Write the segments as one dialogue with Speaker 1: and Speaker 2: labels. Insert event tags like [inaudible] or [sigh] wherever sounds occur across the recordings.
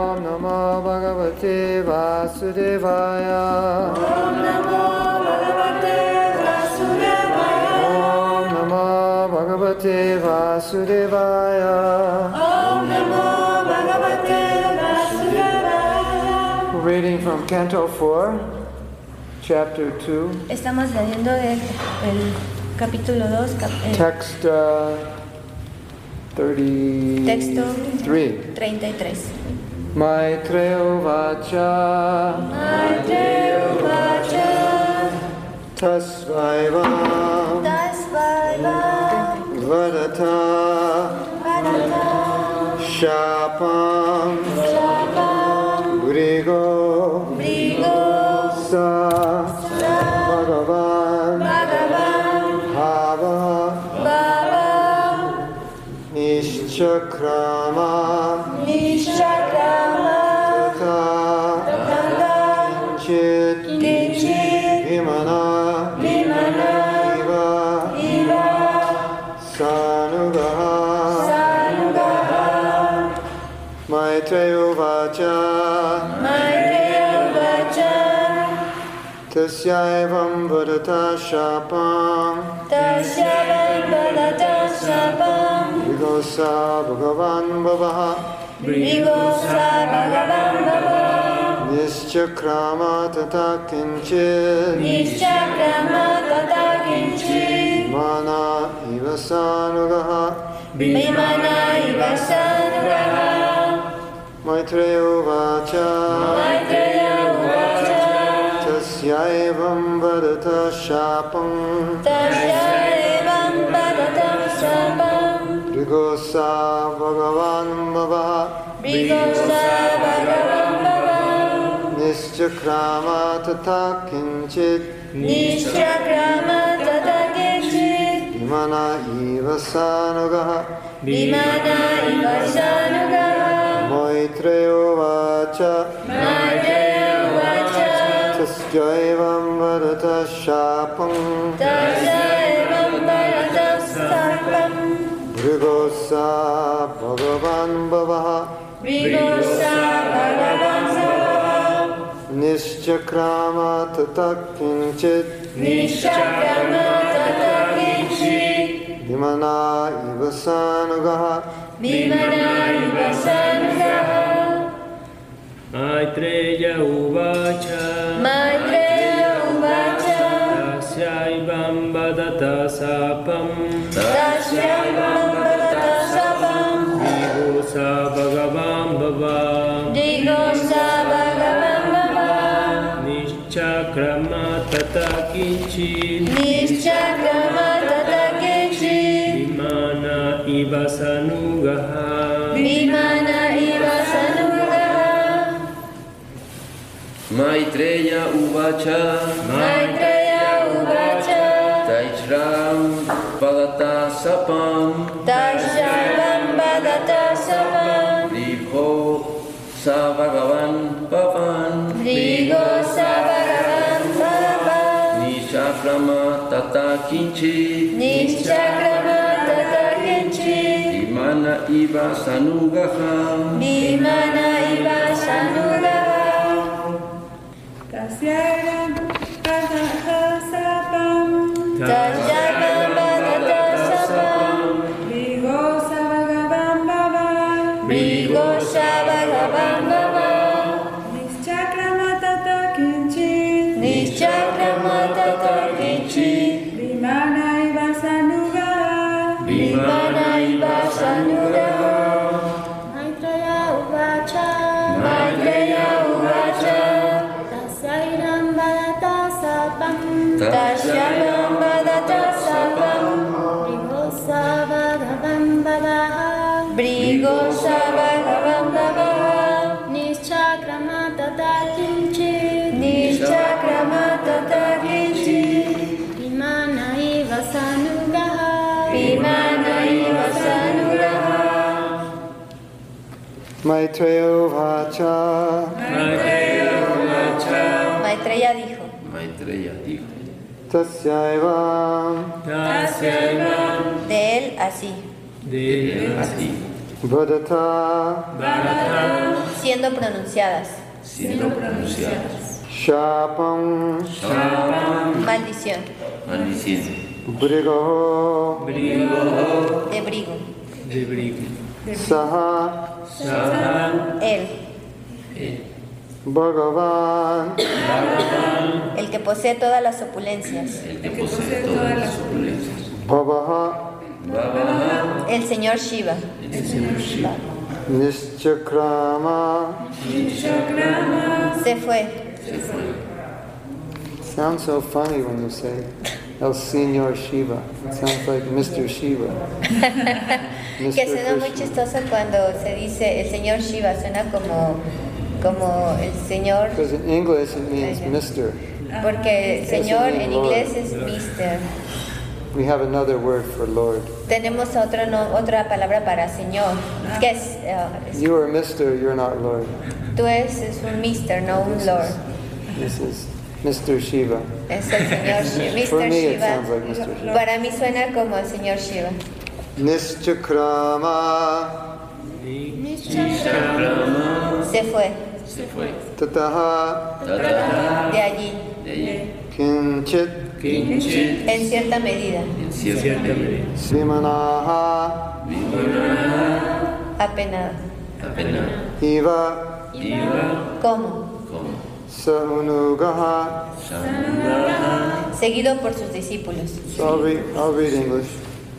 Speaker 1: Namo Bhagavate Vasudevaya.
Speaker 2: Om Namo Bhagavate Vasudevaya.
Speaker 1: Om Namo Bhagavate Vasudevaya.
Speaker 2: Om Namo Bhagavate Vasudevaya.
Speaker 1: We're reading from Canto 4, Chapter 2,
Speaker 3: Estamos leyendo el, el capítulo 2,
Speaker 1: Text uh, 33.
Speaker 3: Texto. 33.
Speaker 1: Maitreyo Vacha Tasvaivam Vadata Shapam Grigo Sa Bhagavan Hava Nishchakrama Tata Chit Vimana Iva Sanugaha Maitreyo Vacha Tasyaivam Vadata Shapam Vigosa Bhagavan Bhavaha Nishchakrama Tata Kinchit Mana Iva Sanugaha Maitreyo Vacha Tasyaivam Vadata Shapam Vigosa Bhagavan Bhavaha Nishchakrama Tata Kinchit
Speaker 2: Nishakrama Tadakinchit
Speaker 1: Vimana Iva Sanugaha
Speaker 2: Vimana Ivasanugaha
Speaker 1: Maitreyo Vacha
Speaker 2: Maitreya Vacha
Speaker 1: Tasyaivam Vadata Shapam
Speaker 2: Tasaevam Bharatam Sarvam
Speaker 1: Vigosa Bhagavan Bhavaha
Speaker 2: Vigosa Bhagavan Sarvam
Speaker 1: Nishchakrama Tata Kinchit
Speaker 2: Nishakrama Tadakinchit
Speaker 1: Vimana Iva Sanugaha
Speaker 2: Vimana Ivasanugaha
Speaker 4: Maitreya uvacha
Speaker 2: Maitreya Uvacha
Speaker 4: Tasyaibam vadata sapam
Speaker 2: Tasaevam Bharatam Sarvam
Speaker 4: Vigosa bhagavam bhava
Speaker 2: Vigosa Bhagavan Bhavaha
Speaker 4: Nishchakrama tata kinchi
Speaker 2: Nishakrama Tadakinchit
Speaker 4: Vimana iva sanugaha
Speaker 2: Vimana Ivasanugaha
Speaker 5: Maitreya Uvacha
Speaker 2: Maitreya Uvacha
Speaker 5: Taishram Palata Sapam
Speaker 2: Tashavam Bhagata Samam
Speaker 5: Vibho Savagavan Pavan
Speaker 2: Vrigo Savaravan Bhava
Speaker 5: Nishakrama Tata Kinchi
Speaker 2: Nishakrama Tata Kinchi
Speaker 5: Imana Iva Sanugaha
Speaker 2: Vimana Ivasanugaha
Speaker 6: Tasyairam Padakasapam
Speaker 2: Tashavam Bhagata Samam
Speaker 6: Vigosa Bhagavan Bhava
Speaker 2: Vrigo Savaravan Bhava
Speaker 6: Nischakramatata Kinchit
Speaker 2: Nishakrama Tata Kinchi
Speaker 6: Vimana Ivasanuga
Speaker 2: Vimana Ivasanuga
Speaker 7: मैत्रया उवाच
Speaker 2: Maitreya Uvacha
Speaker 7: तस्यैनं वदता सपं
Speaker 2: Tashyayam Vadata Sapam
Speaker 7: विभो स वघवं वदः
Speaker 2: Brigo Savagavam Navaha
Speaker 7: निश्चाक्रमा तथा किञ्चित्
Speaker 2: Nishakrama Tata Kinchi
Speaker 7: विमानैव सानुगः
Speaker 2: Vimana Ivasanuga
Speaker 1: Maitreyo Vacha
Speaker 4: Maitreya uvacha
Speaker 3: Maitreya dijo,
Speaker 5: Maitreya dijo
Speaker 1: Tasyaivam
Speaker 4: Tasyaibam
Speaker 3: de él así,
Speaker 4: de
Speaker 5: a ti
Speaker 1: Vadata
Speaker 4: vadata
Speaker 2: siendo pronunciadas.
Speaker 5: siendo pronunciadas.
Speaker 1: Shapam
Speaker 5: Shama,
Speaker 2: Maldición
Speaker 5: maldiciendo.
Speaker 1: Brigo
Speaker 4: Brigo
Speaker 2: de Brigo.
Speaker 4: de Brigo.
Speaker 1: Saha
Speaker 4: Saha
Speaker 2: Él,
Speaker 1: Bhagavan
Speaker 2: el que posee todas las opulencias.
Speaker 5: El que posee todas las opulencias.
Speaker 1: Bhavaha
Speaker 5: Baba,
Speaker 2: El Señor Shiva.
Speaker 5: el Señor Shiva.
Speaker 1: Nischakrama.
Speaker 2: Se fue.
Speaker 5: Se fue.
Speaker 1: Sounds so funny when you say El Señor Shiva. It sounds like Mr. Shiva. Mr.
Speaker 2: Que suena muy
Speaker 1: Krishna.
Speaker 2: chistoso cuando se dice el Señor Shiva. Suena como, como el Señor.
Speaker 1: Because in English it means Mr.
Speaker 2: Porque Señor en inglés es Mister.
Speaker 1: We have another word for Lord.
Speaker 2: Tenemos otro no- otra palabra para Señor. Que es, eh, es-
Speaker 1: You are Mr., you're not Lord.
Speaker 2: tú es, es un Mister, no un Lord.
Speaker 1: This is Mr. Shiva.
Speaker 2: Es el Señor Shiva.
Speaker 1: For
Speaker 2: Mister
Speaker 1: me, it sounds
Speaker 2: Shiva.
Speaker 1: like Mr. Shiva.
Speaker 2: Para mí suena como el Señor Shiva.
Speaker 1: Nischakrama
Speaker 2: Se fue
Speaker 5: Se fue.
Speaker 1: tataha
Speaker 5: Tata,
Speaker 2: de allí,
Speaker 5: de allí.
Speaker 1: kinchit
Speaker 5: Kinchit,
Speaker 2: en cierta medida,
Speaker 5: en cierta medida.
Speaker 1: simanaha
Speaker 2: apenado.
Speaker 5: Apenas
Speaker 1: iva
Speaker 5: iba
Speaker 2: ¿Cómo?
Speaker 5: como
Speaker 1: sahunugaha.
Speaker 2: Seguido por sus discípulos.
Speaker 1: So I'll read, I'll read English.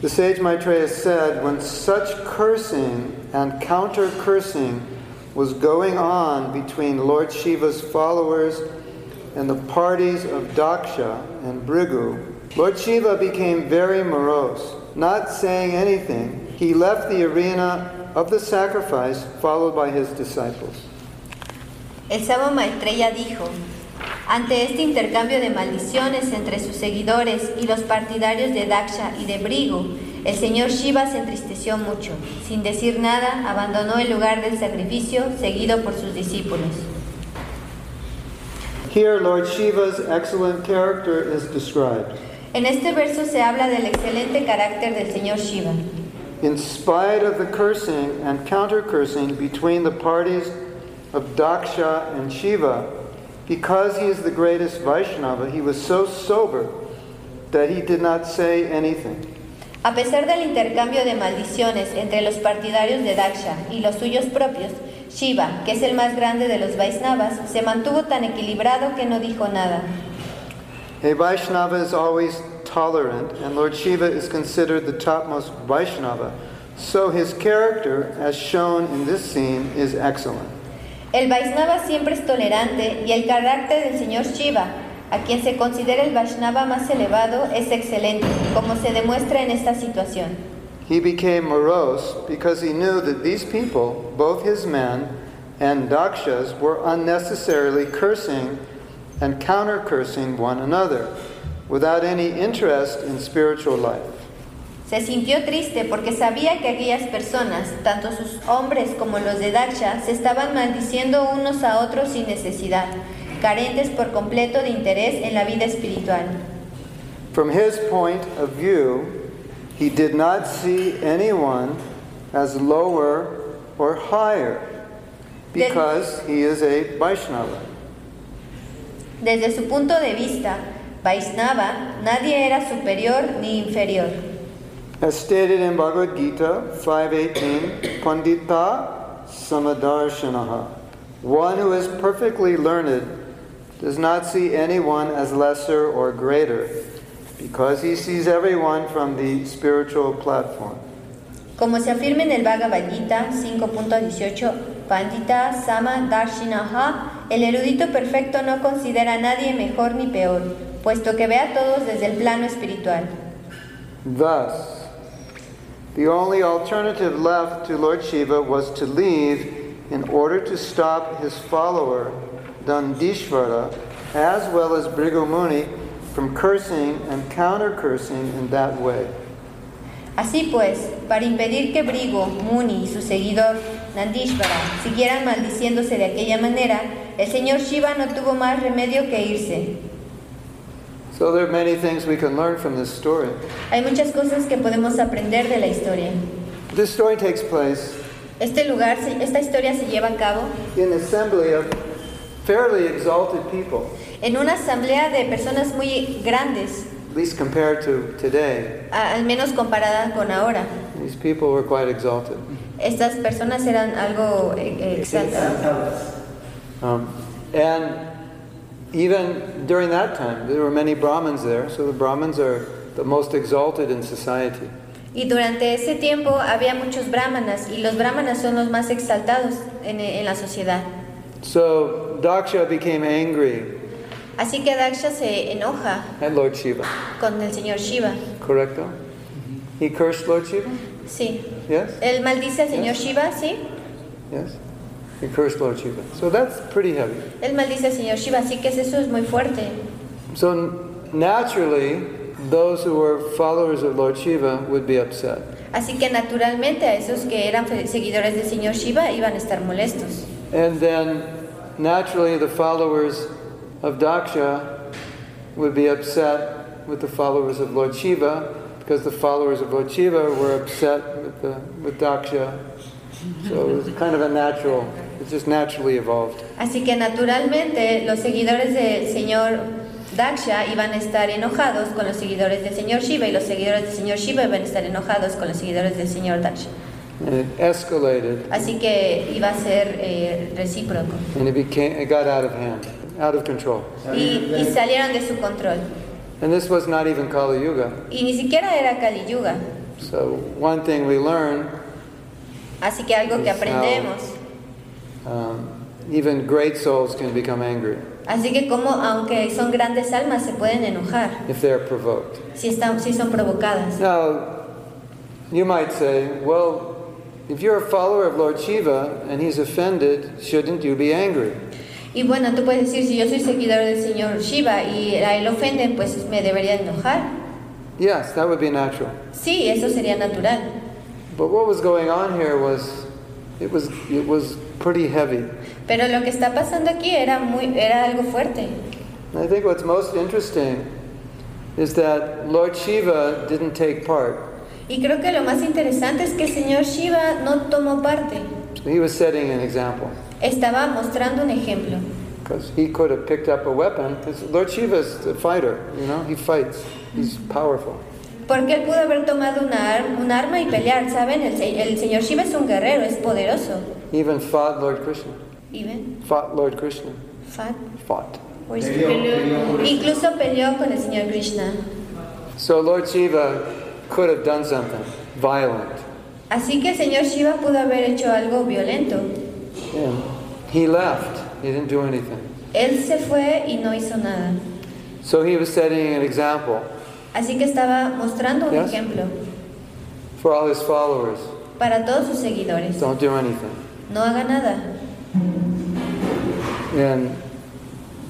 Speaker 1: The sage Maitreya said, when such cursing and counter cursing was going on between Lord Shiva's followers and the parties of Daksha and Brigu, Lord Shiva became very morose. Not saying anything, he left the arena of the sacrifice, followed by his disciples.
Speaker 2: El Sama Maitreya dijo, ante este intercambio de maldiciones entre sus seguidores y los partidarios de Daksha y de Brigo, el señor Shiva se entristeció mucho. Sin decir nada, abandonó el lugar del sacrificio, seguido por sus discípulos.
Speaker 1: Here, Lord Shiva's excellent character is described.
Speaker 2: En este verso se habla del excelente carácter del señor Shiva.
Speaker 1: In spite of the cursing and counter cursing between the parties of Daksha and Shiva, because he is the greatest Vaishnava, he was so sober that he did not say anything.
Speaker 2: A pesar del intercambio de maldiciones entre los partidarios de Daksha y los suyos propios, Shiva, que es el más grande de los Vaisnavas, se mantuvo tan equilibrado que no dijo nada.
Speaker 1: A Vaishnava is always tolerant, and Lord Shiva is considered the topmost Vaishnava. So his character, as shown in this scene, is excellent.
Speaker 2: El Vaisnava siempre es tolerante y el carácter del señor Shiva, a quien se considera el Vaisnava más elevado, es excelente, como se demuestra en esta situación.
Speaker 1: He became morose because he knew that these people, both his men and Dakshas, were unnecessarily cursing and counter cursing one another without any interest in spiritual life.
Speaker 2: Se sintió triste porque sabía que aquellas personas, tanto sus hombres como los de Daksha, se estaban maldiciendo unos a otros sin necesidad, carentes por completo de interés en la vida espiritual.
Speaker 1: From his point of view, he did not see anyone as lower or higher because he is a Vaishnava.
Speaker 2: Desde su punto de vista, Vaisnava, nadie era superior ni inferior.
Speaker 1: As stated in Bhagavad Gita 5.18, Pandita Samadarshanaha. One who is perfectly learned does not see anyone as lesser or greater, because he sees everyone from the spiritual platform.
Speaker 2: Como se afirma en el Bhagavad Gita 5.18, Pandita Sama Darshinaha, el erudito perfecto no considera a nadie mejor ni peor, puesto que ve a todos desde el plano espiritual.
Speaker 1: Thus, the only alternative left to Lord Shiva was to leave in order to stop his follower, Dandishvara, as well as Brigumuni, from cursing and counter cursing in that way.
Speaker 2: Así pues, para impedir que Brigo, Muni y su seguidor Nandishvara siguieran maldiciéndose de aquella manera, el señor Shiva no tuvo más remedio que irse.
Speaker 1: So there are many things we can learn from this story.
Speaker 2: Hay muchas cosas que podemos aprender de la historia.
Speaker 1: This story takes place
Speaker 2: Este lugar, se- esta historia se lleva a cabo
Speaker 1: in assembly of fairly exalted people,
Speaker 2: en una asamblea de personas muy grandes,
Speaker 1: at least compared to today.
Speaker 2: a- al menos comparada con ahora.
Speaker 1: These people were quite exalted.
Speaker 2: Estas personas eran algo eh, eh, exaltadas.
Speaker 1: Um, and even during that time, there were many Brahmins there, so the Brahmins are the most exalted in society.
Speaker 2: Y durante ese tiempo había muchos brahmanas y los brahmanas son los más exaltados en, en la sociedad.
Speaker 1: So Daksha became angry
Speaker 2: Así que Daksha se enoja
Speaker 1: at Lord Shiva,
Speaker 2: con el señor Shiva.
Speaker 1: correcto? He cursed Lord Shiva?
Speaker 2: Sí.
Speaker 1: Yes?
Speaker 2: Él maldice al señor Shiva, sí.
Speaker 1: Yes? He cursed Lord Shiva. So that's pretty heavy.
Speaker 2: Él maldice al señor Shiva, así que eso es muy fuerte.
Speaker 1: So n- naturally, those who were followers of Lord Shiva would be upset.
Speaker 2: Así que naturalmente a esos que eran fe- seguidores del señor Shiva iban a estar molestos.
Speaker 1: And then naturally, the followers of Daksha would be upset with the followers of Lord Shiva because the followers of Lord Shiva were upset with, the, with Daksha. So it was kind of a natural, it just naturally evolved.
Speaker 2: Así que naturalmente los seguidores del señor Daksha iban a estar enojados con los seguidores del señor Shiva y los seguidores del señor Shiva iban a estar enojados con los seguidores del señor Daksha.
Speaker 1: And it escalated
Speaker 2: Así que iba a ser eh, recíproco.
Speaker 1: and it, became, it got out of hand, out of control.
Speaker 2: Y, y salieron de su control.
Speaker 1: And this was not even Kali Yuga.
Speaker 2: Y ni siquiera era Kali Yuga.
Speaker 1: So one thing we learn,
Speaker 2: Así que algo que aprendemos.
Speaker 1: um, even great souls can become angry
Speaker 2: Así que como aunque son grandes almas se pueden enojar
Speaker 1: if they're provoked.
Speaker 2: si, están, si son provocadas.
Speaker 1: Now, you might say, well, if you're a follower of Lord Shiva and he's offended, shouldn't you be angry?
Speaker 2: Y bueno, tú puedes decir, si yo soy seguidor del señor Shiva y a él ofenden, pues me debería enojar.
Speaker 1: Yes, that would be natural.
Speaker 2: Sí, eso sería natural.
Speaker 1: But what was going on here was, it was, it was pretty heavy.
Speaker 2: Pero lo que está pasando aquí era, muy, era algo fuerte.
Speaker 1: And I think what's most interesting is that Lord Shiva didn't take part.
Speaker 2: Y creo que lo más interesante es que el señor Shiva no tomó parte.
Speaker 1: He was setting an example.
Speaker 2: Estaba mostrando un ejemplo.
Speaker 1: Because he could have picked up a weapon, because Lord Shiva's a fighter, you know, he fights, he's powerful.
Speaker 2: Porque él pudo haber tomado una ar- un arma y pelear, ¿saben? El, se- el señor Shiva es un guerrero, es poderoso.
Speaker 1: He even fought Lord Krishna,
Speaker 2: ¿Y ven?
Speaker 1: fought Lord Krishna,
Speaker 2: Fat.
Speaker 1: fought.
Speaker 2: Where's- Incluso peleó con el señor Krishna.
Speaker 1: So Lord Shiva could have done something violent.
Speaker 2: Así que el señor Shiva pudo haber hecho algo violento.
Speaker 1: And he left, he didn't do anything.
Speaker 2: Él se fue y no hizo nada.
Speaker 1: So he was setting an example
Speaker 2: Así que estaba mostrando un
Speaker 1: Yes.
Speaker 2: ejemplo
Speaker 1: for all his followers
Speaker 2: para todos sus seguidores.
Speaker 1: don't do anything.
Speaker 2: No haga nada.
Speaker 1: And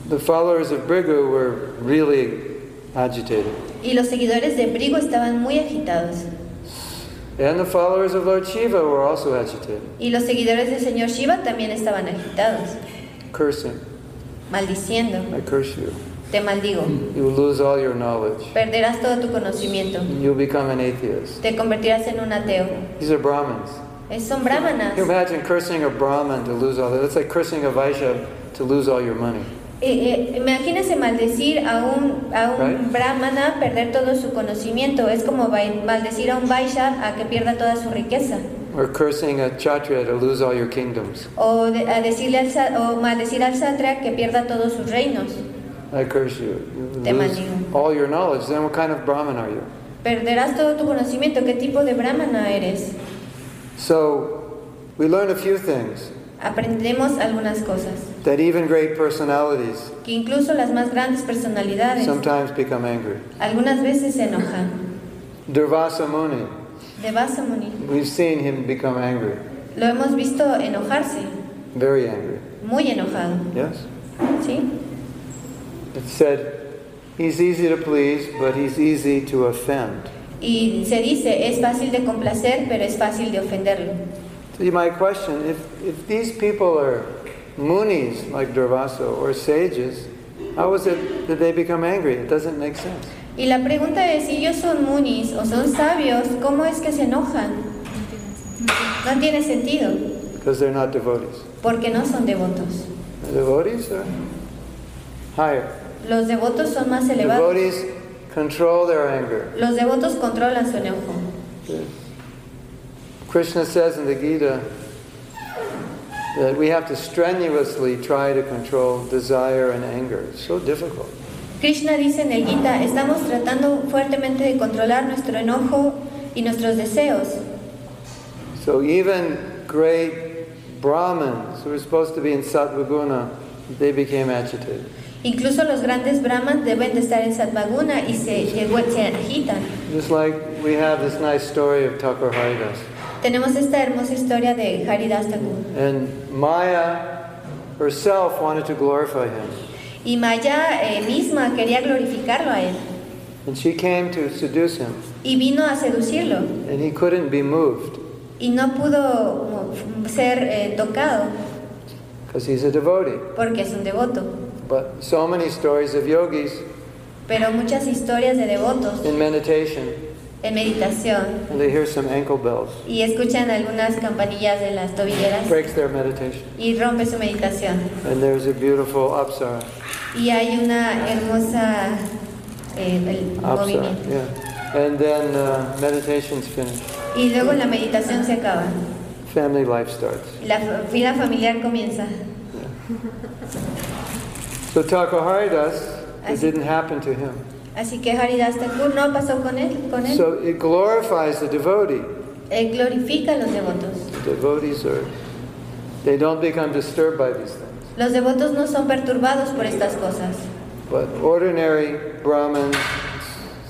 Speaker 1: the followers of Bhrigu were really agitated.
Speaker 2: Y los seguidores de Brigo estaban muy agitados.
Speaker 1: And the followers of Lord Shiva were also agitated,
Speaker 2: Y los seguidores del señor Shiva también estaban agitados,
Speaker 1: cursing.
Speaker 2: maldiciendo.
Speaker 1: I curse you.
Speaker 2: Te maldigo.
Speaker 1: You will lose all your knowledge.
Speaker 2: Perderás todo tu conocimiento.
Speaker 1: You'll become an atheist.
Speaker 2: Te convertirás en un ateo.
Speaker 1: These are Brahmins.
Speaker 2: Eh, Son
Speaker 1: Can
Speaker 2: brahmanas.
Speaker 1: you imagine cursing a Brahmin to lose all that? That's like cursing a Vaishya to lose all your money.
Speaker 2: Eh, eh, imagínese maldecir a un, a un
Speaker 1: Right.
Speaker 2: brahmana, perder todo su conocimiento. Es como vai- maldecir a un vaishya a que pierda toda su riqueza.
Speaker 1: Or cursing a Kshatriya to lose all your kingdoms.
Speaker 2: O, de- a decirle al, sa- o maldecir al satra que pierda todos sus reinos.
Speaker 1: I curse you. You will
Speaker 2: Te
Speaker 1: lose
Speaker 2: maldigo.
Speaker 1: all your knowledge. Then what kind of Brahmin are you?
Speaker 2: Perderás todo tu conocimiento. ¿Qué tipo de brahmana eres?
Speaker 1: So we learn a few things
Speaker 2: Aprendemos algunas cosas.
Speaker 1: that even great personalities
Speaker 2: Que incluso las más grandes personalidades
Speaker 1: sometimes become angry.
Speaker 2: algunas veces se enojan.
Speaker 1: Durvasa Muni,
Speaker 2: Devasa Muni.
Speaker 1: we've seen him become angry,
Speaker 2: Lo hemos visto enojarse,
Speaker 1: very angry.
Speaker 2: muy enojado,
Speaker 1: Yes?
Speaker 2: ¿sí?
Speaker 1: It said, He's easy to please, but he's easy to offend.
Speaker 2: Y se dice, es fácil de complacer, pero es fácil de ofenderlo.
Speaker 1: So you might question if, if these people are munis like Durvasa or sages, how is it that they become angry? It doesn't make sense.
Speaker 2: Y la pregunta es, si ellos son munis o son sabios, ¿cómo es que se enojan? No tiene sentido,
Speaker 1: because they're not devotees.
Speaker 2: porque no son devotos.
Speaker 1: The devotees are higher.
Speaker 2: Los devotos son más elevados.
Speaker 1: Devotees control their anger.
Speaker 2: Los devotos controlan su enojo.
Speaker 1: Krishna says in the Gita that we have to strenuously try to control desire and anger. It's so difficult.
Speaker 2: Krishna dice en el Gita, estamos tratando fuertemente de controlar nuestro enojo y nuestros deseos.
Speaker 1: So even great Brahmins who were supposed to be in Satvaguna, they became agitated.
Speaker 2: Incluso los grandes brahmanes deben de estar en Satvaguna y se, llegó- se agitan.
Speaker 1: Just like we have this nice story of Thakur Haridas.
Speaker 2: Tenemos esta hermosa historia de Haridas Thakur.
Speaker 1: And Maya herself wanted to glorify him.
Speaker 2: Y Maya eh, misma quería glorificarlo a él
Speaker 1: And she came to seduce him.
Speaker 2: y vino a seducirlo
Speaker 1: And he couldn't be moved
Speaker 2: y no pudo mm, ser eh, tocado
Speaker 1: because he's a devotee.
Speaker 2: porque es un devoto.
Speaker 1: But so many stories of yogis
Speaker 2: Pero muchas historias de devotos
Speaker 1: in meditation,
Speaker 2: en meditación
Speaker 1: and they hear some ankle bells,
Speaker 2: y escuchan algunas campanillas de las tobilleras
Speaker 1: breaks their meditation.
Speaker 2: y rompe su meditación.
Speaker 1: And there's a beautiful apsara.
Speaker 2: Y hay una hermosa eh, el
Speaker 1: Ah, pues, Apsara,
Speaker 2: movimiento.
Speaker 1: yeah. And then uh, meditation's finished.
Speaker 2: Y luego la meditación se acaba.
Speaker 1: Family life starts.
Speaker 2: y La fa- vida familiar comienza.
Speaker 1: So Thakur Haridas,
Speaker 2: I
Speaker 1: it
Speaker 2: see.
Speaker 1: didn't happen to him.
Speaker 2: Así que Haridas Thakur no pasó con él. Con él.
Speaker 1: So it glorifies the devotee.
Speaker 2: Él glorifica a los devotos.
Speaker 1: Devotees are, they don't become disturbed by these things.
Speaker 2: Los devotos no son perturbados por estas cosas,
Speaker 1: But ordinary Brahmins,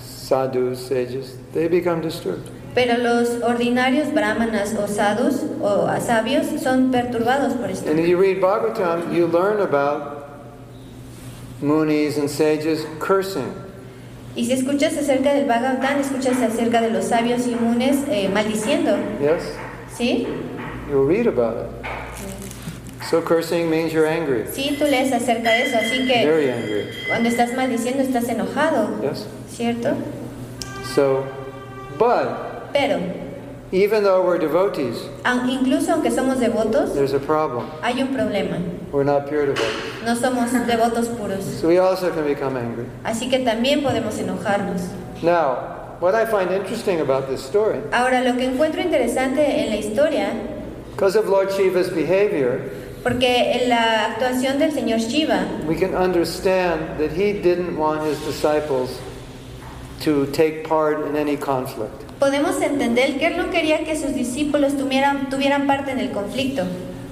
Speaker 1: sadhus, sages, they become disturbed.
Speaker 2: pero los ordinarios brahmanas o sadhus o sabios son perturbados por esto.
Speaker 1: And if you read Bhagavatam, you learn about munis and sages cursing.
Speaker 2: Y si escuchas acerca del Bhagavatam, escuchas acerca de los sabios inmunes eh, maldiciendo,
Speaker 1: Yes?
Speaker 2: ¿sí?
Speaker 1: You'll read about it. So cursing means you're angry.
Speaker 2: Sí, tú lees acerca de eso, así que
Speaker 1: Very angry.
Speaker 2: cuando estás maldiciendo estás enojado,
Speaker 1: Yes?
Speaker 2: ¿cierto?
Speaker 1: So, but
Speaker 2: Pero
Speaker 1: Even though we're devotees,
Speaker 2: aun- incluso aunque somos devotos,
Speaker 1: there's a problem.
Speaker 2: hay un problema.
Speaker 1: We're not pure devotees.
Speaker 2: No somos devotos puros,
Speaker 1: So we also can become angry.
Speaker 2: así que también podemos enojarnos.
Speaker 1: Now, what I find interesting about this story,
Speaker 2: Ahora, lo que encuentro interesante en la historia,
Speaker 1: because of Lord Shiva's behavior,
Speaker 2: porque en la actuación del señor Shiva,
Speaker 1: we can understand that he didn't want his disciples to take part in any conflict.
Speaker 2: podemos entender que él no quería que sus discípulos tuvieran, tuvieran parte en el conflicto,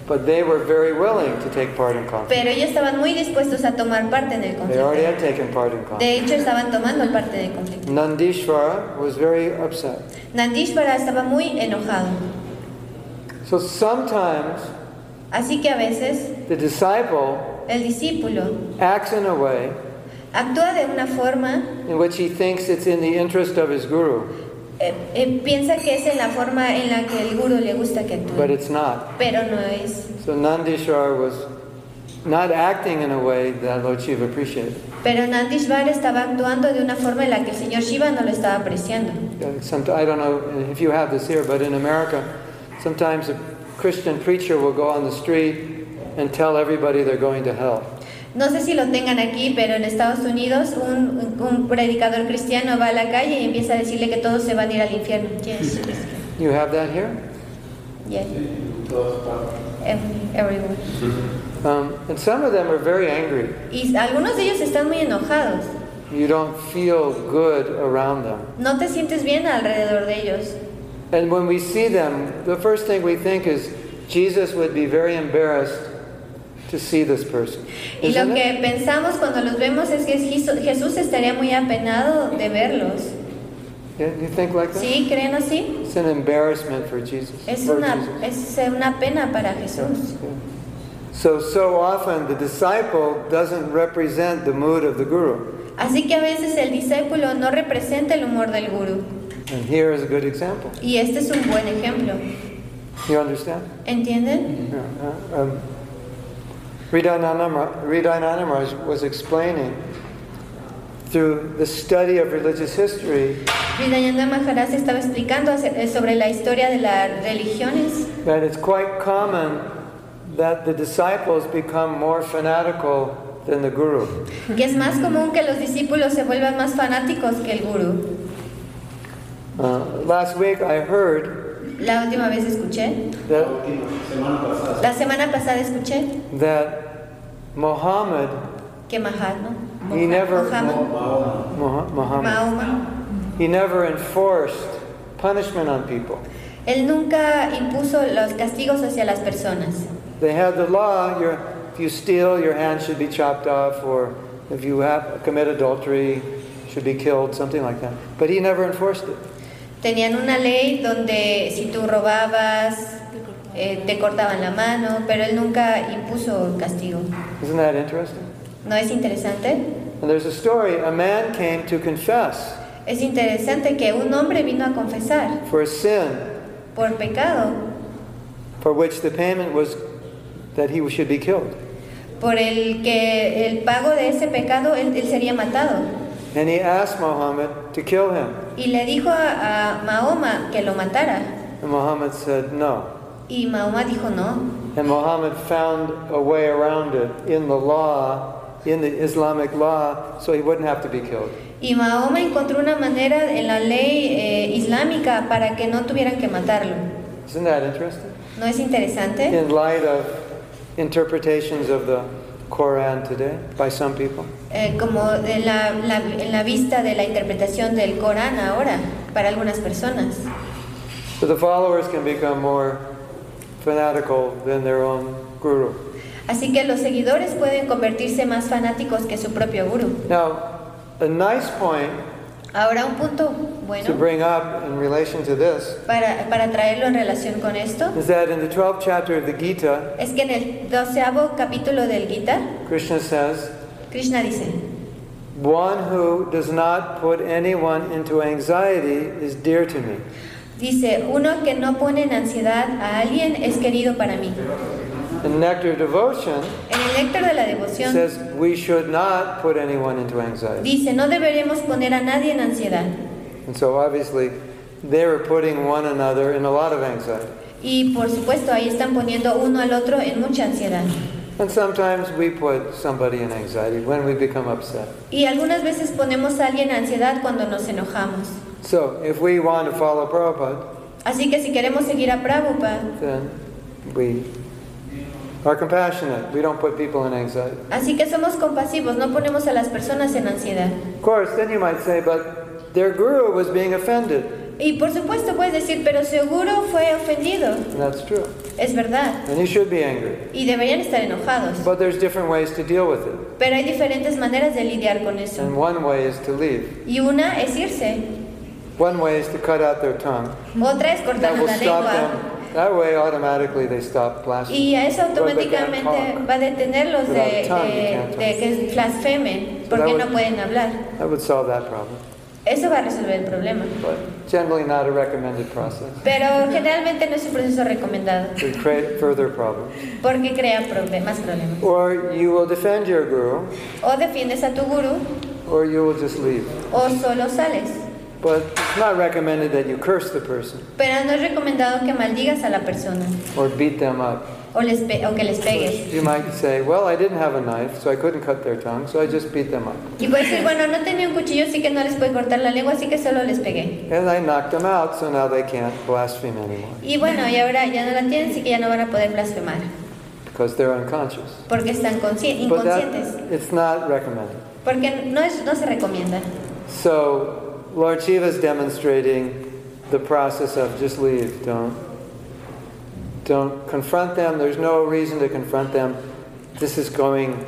Speaker 1: But they were very willing to take part in conflict.
Speaker 2: pero ellos estaban muy dispuestos a tomar parte en el
Speaker 1: They already
Speaker 2: conflicto.
Speaker 1: had taken part in conflict.
Speaker 2: De hecho, estaban tomando parte del conflicto.
Speaker 1: Nandishvara was very upset.
Speaker 2: Nandishvara estaba muy enojado.
Speaker 1: So sometimes
Speaker 2: Así que a veces
Speaker 1: the disciple
Speaker 2: el discípulo
Speaker 1: acts in a way
Speaker 2: actúa de una forma,
Speaker 1: in which he thinks it's in the interest of his guru,
Speaker 2: eh, eh, piensa que es en la forma en la que el guru le gusta que
Speaker 1: but
Speaker 2: actúe,
Speaker 1: it's not.
Speaker 2: pero no es.
Speaker 1: So Nandishar was not acting in a way that Lord Shiva appreciated.
Speaker 2: Pero Nandishvara estaba actuando de una forma en la que el señor Shiva no lo estaba apreciando.
Speaker 1: Uh, Some, I don't know if you have this here, but in America, sometimes a Christian preacher will go on the street and tell everybody they're going to hell.
Speaker 2: No sé si lo tengan aquí, pero en Estados Unidos un, un predicador cristiano va a la calle y empieza a decirle que todos se van a ir al infierno. Yes, yes,
Speaker 1: You have that here?
Speaker 2: yes. Ev- Em, everyone.
Speaker 1: Um, and some of them are very angry.
Speaker 2: Y algunos de ellos están muy enojados.
Speaker 1: You don't feel good around them.
Speaker 2: No te sientes bien alrededor de ellos.
Speaker 1: And when we see them, the first thing we think is Jesus would be very embarrassed to see this person.
Speaker 2: Y
Speaker 1: Isn't
Speaker 2: lo
Speaker 1: it?
Speaker 2: que pensamos cuando los vemos es que Jesu- Jesús estaría muy apenado de verlos.
Speaker 1: Yeah, you think like that?
Speaker 2: ¿Sí? ¿Creen así?
Speaker 1: It's an embarrassment for Jesus.
Speaker 2: Es
Speaker 1: for
Speaker 2: una,
Speaker 1: Jesus.
Speaker 2: es una pena para Jesús.
Speaker 1: Yeah. So, so often the disciple doesn't represent the mood of the guru.
Speaker 2: Así que a veces el discípulo no representa el humor del gurú.
Speaker 1: And here is a good example.
Speaker 2: Y este es un buen ejemplo.
Speaker 1: You understand?
Speaker 2: ¿Entienden?
Speaker 1: Yeah. Uh, um, Ridainanamaraj was explaining through the study of religious history
Speaker 2: Vidayananda Maharaj estaba explicando ace- eh, sobre la historia de las religiones
Speaker 1: that it's quite common that the disciples become more fanatical than the guru.
Speaker 2: que es más común que los discípulos se vuelvan más fanáticos que el gurú.
Speaker 1: Uh, last week I heard
Speaker 2: La última vez escuché,
Speaker 1: that,
Speaker 2: la semana pasada escuché
Speaker 1: that Muhammad,
Speaker 2: que Mahatma,
Speaker 1: he never,
Speaker 2: Mohammed,
Speaker 1: Muha- Muhammad,
Speaker 2: Mahoma,
Speaker 1: he never enforced punishment on people.
Speaker 2: él nunca impuso los castigos hacia las personas.
Speaker 1: They had the law, your, if you steal, your hand should be chopped off, or if you have, commit adultery, should be killed, something like that. But he never enforced it.
Speaker 2: Tenían una ley donde si tú robabas, eh, te cortaban la mano, pero él nunca impuso castigo.
Speaker 1: Isn't that interesting?
Speaker 2: ¿No es interesante?
Speaker 1: And there's a story a man came to confess
Speaker 2: Es interesante que un hombre vino a confesar
Speaker 1: for a sin
Speaker 2: por pecado,
Speaker 1: for which the payment was that he should be killed.
Speaker 2: por el que el pago de ese pecado él, él sería matado.
Speaker 1: And he asked Muhammad to kill him.
Speaker 2: Y le dijo a, a Mahoma que lo matara.
Speaker 1: And Muhammad said no.
Speaker 2: Y Mahoma dijo no.
Speaker 1: And Muhammad found a way around it in the law, in the Islamic law, so he wouldn't have to be killed.
Speaker 2: Y Mahoma encontró una manera en la ley eh, islámica para que no tuvieran que matarlo.
Speaker 1: Isn't that interesting?
Speaker 2: ¿No es interesante?
Speaker 1: In light of interpretations of the Quran today by some people.
Speaker 2: Eh, como en la, la- en la vista de la interpretación del Corán ahora, para algunas personas.
Speaker 1: So the followers can become more fanatical than their own guru.
Speaker 2: Así que los seguidores pueden convertirse más fanáticos que su propio gurú.
Speaker 1: Now, a nice point
Speaker 2: Ahora un punto
Speaker 1: to
Speaker 2: bueno
Speaker 1: bring up in relation to this
Speaker 2: para, para traerlo en relación con esto
Speaker 1: is that in the 12th chapter of the Gita,
Speaker 2: es que en el doceavo capítulo del Gita,
Speaker 1: Krishna says,
Speaker 2: Krishna dice,
Speaker 1: One who does not put anyone into anxiety is dear to me.
Speaker 2: dice, uno que no pone en ansiedad a alguien es querido para mí.
Speaker 1: In Nectar of Devotion,
Speaker 2: En el lector de la
Speaker 1: it
Speaker 2: devoción
Speaker 1: says, We should not put anyone into anxiety.
Speaker 2: dice, no deberemos poner a nadie en ansiedad.
Speaker 1: And so obviously, they were putting one another in a lot of anxiety.
Speaker 2: Y por supuesto ahí están poniendo uno al otro en mucha ansiedad.
Speaker 1: And sometimes we put somebody in anxiety when we become upset.
Speaker 2: Y algunas veces ponemos a alguien en ansiedad cuando nos enojamos.
Speaker 1: So if we want to follow Prabhupada,
Speaker 2: Así que si queremos seguir a Prabhupada,
Speaker 1: then we are compassionate. We don't put people in anxiety.
Speaker 2: Así que somos compasivos, no ponemos a las personas en ansiedad.
Speaker 1: Of course, then you might say, but their guru was being offended.
Speaker 2: Y por supuesto puedes decir, pero seguro fue ofendido.
Speaker 1: And that's true.
Speaker 2: Es verdad.
Speaker 1: And he should be angry.
Speaker 2: Y deberían estar enojados.
Speaker 1: But there's different ways to deal with it.
Speaker 2: Pero hay diferentes maneras de lidiar con eso.
Speaker 1: And one way is to leave.
Speaker 2: Y una es irse.
Speaker 1: One way is to cut out their tongue.
Speaker 2: Otra es
Speaker 1: That
Speaker 2: cortando
Speaker 1: will
Speaker 2: la
Speaker 1: stop
Speaker 2: lengua.
Speaker 1: them. That way, automatically, they stop blasphemy.
Speaker 2: Y a eso
Speaker 1: But they can't
Speaker 2: automáticamente
Speaker 1: talk.
Speaker 2: va a detenerlos de,
Speaker 1: Without tongue, you can't
Speaker 2: de- de que blasfemen
Speaker 1: So that
Speaker 2: porque
Speaker 1: would-
Speaker 2: no pueden hablar.
Speaker 1: That would solve that problem.
Speaker 2: Eso va a resolver el problema.
Speaker 1: But generally, not a recommended process.
Speaker 2: Pero generalmente no es un proceso recomendado
Speaker 1: We create further problems.
Speaker 2: porque crea proble- más problemas.
Speaker 1: Or you will defend your guru,
Speaker 2: O defiendes a tu gurú
Speaker 1: or you will just leave.
Speaker 2: o solo sales.
Speaker 1: But it's not recommended that you curse the person
Speaker 2: Pero no es recomendado que maldigas a la persona
Speaker 1: or beat them up.
Speaker 2: o, les pe- o que les pegues.
Speaker 1: You might say, Well, I didn't have a knife, so I couldn't cut their tongue, so I just beat them up.
Speaker 2: Y puedes decir, bueno, no tenía un cuchillo, así que no les pude cortar la lengua, así que solo les pegué.
Speaker 1: And I knocked them out, so now they can't blaspheme anymore
Speaker 2: Y bueno, y ahora ya no la tienen, así que ya no van a poder blasfemar,
Speaker 1: because they're unconscious.
Speaker 2: porque están consci-
Speaker 1: But
Speaker 2: inconscientes,
Speaker 1: that, it's not recommended.
Speaker 2: porque no, es, no se recomienda.
Speaker 1: So Lord Shiva is demonstrating the process of just leave. Don't don't confront them. There's no reason to confront them. This is going.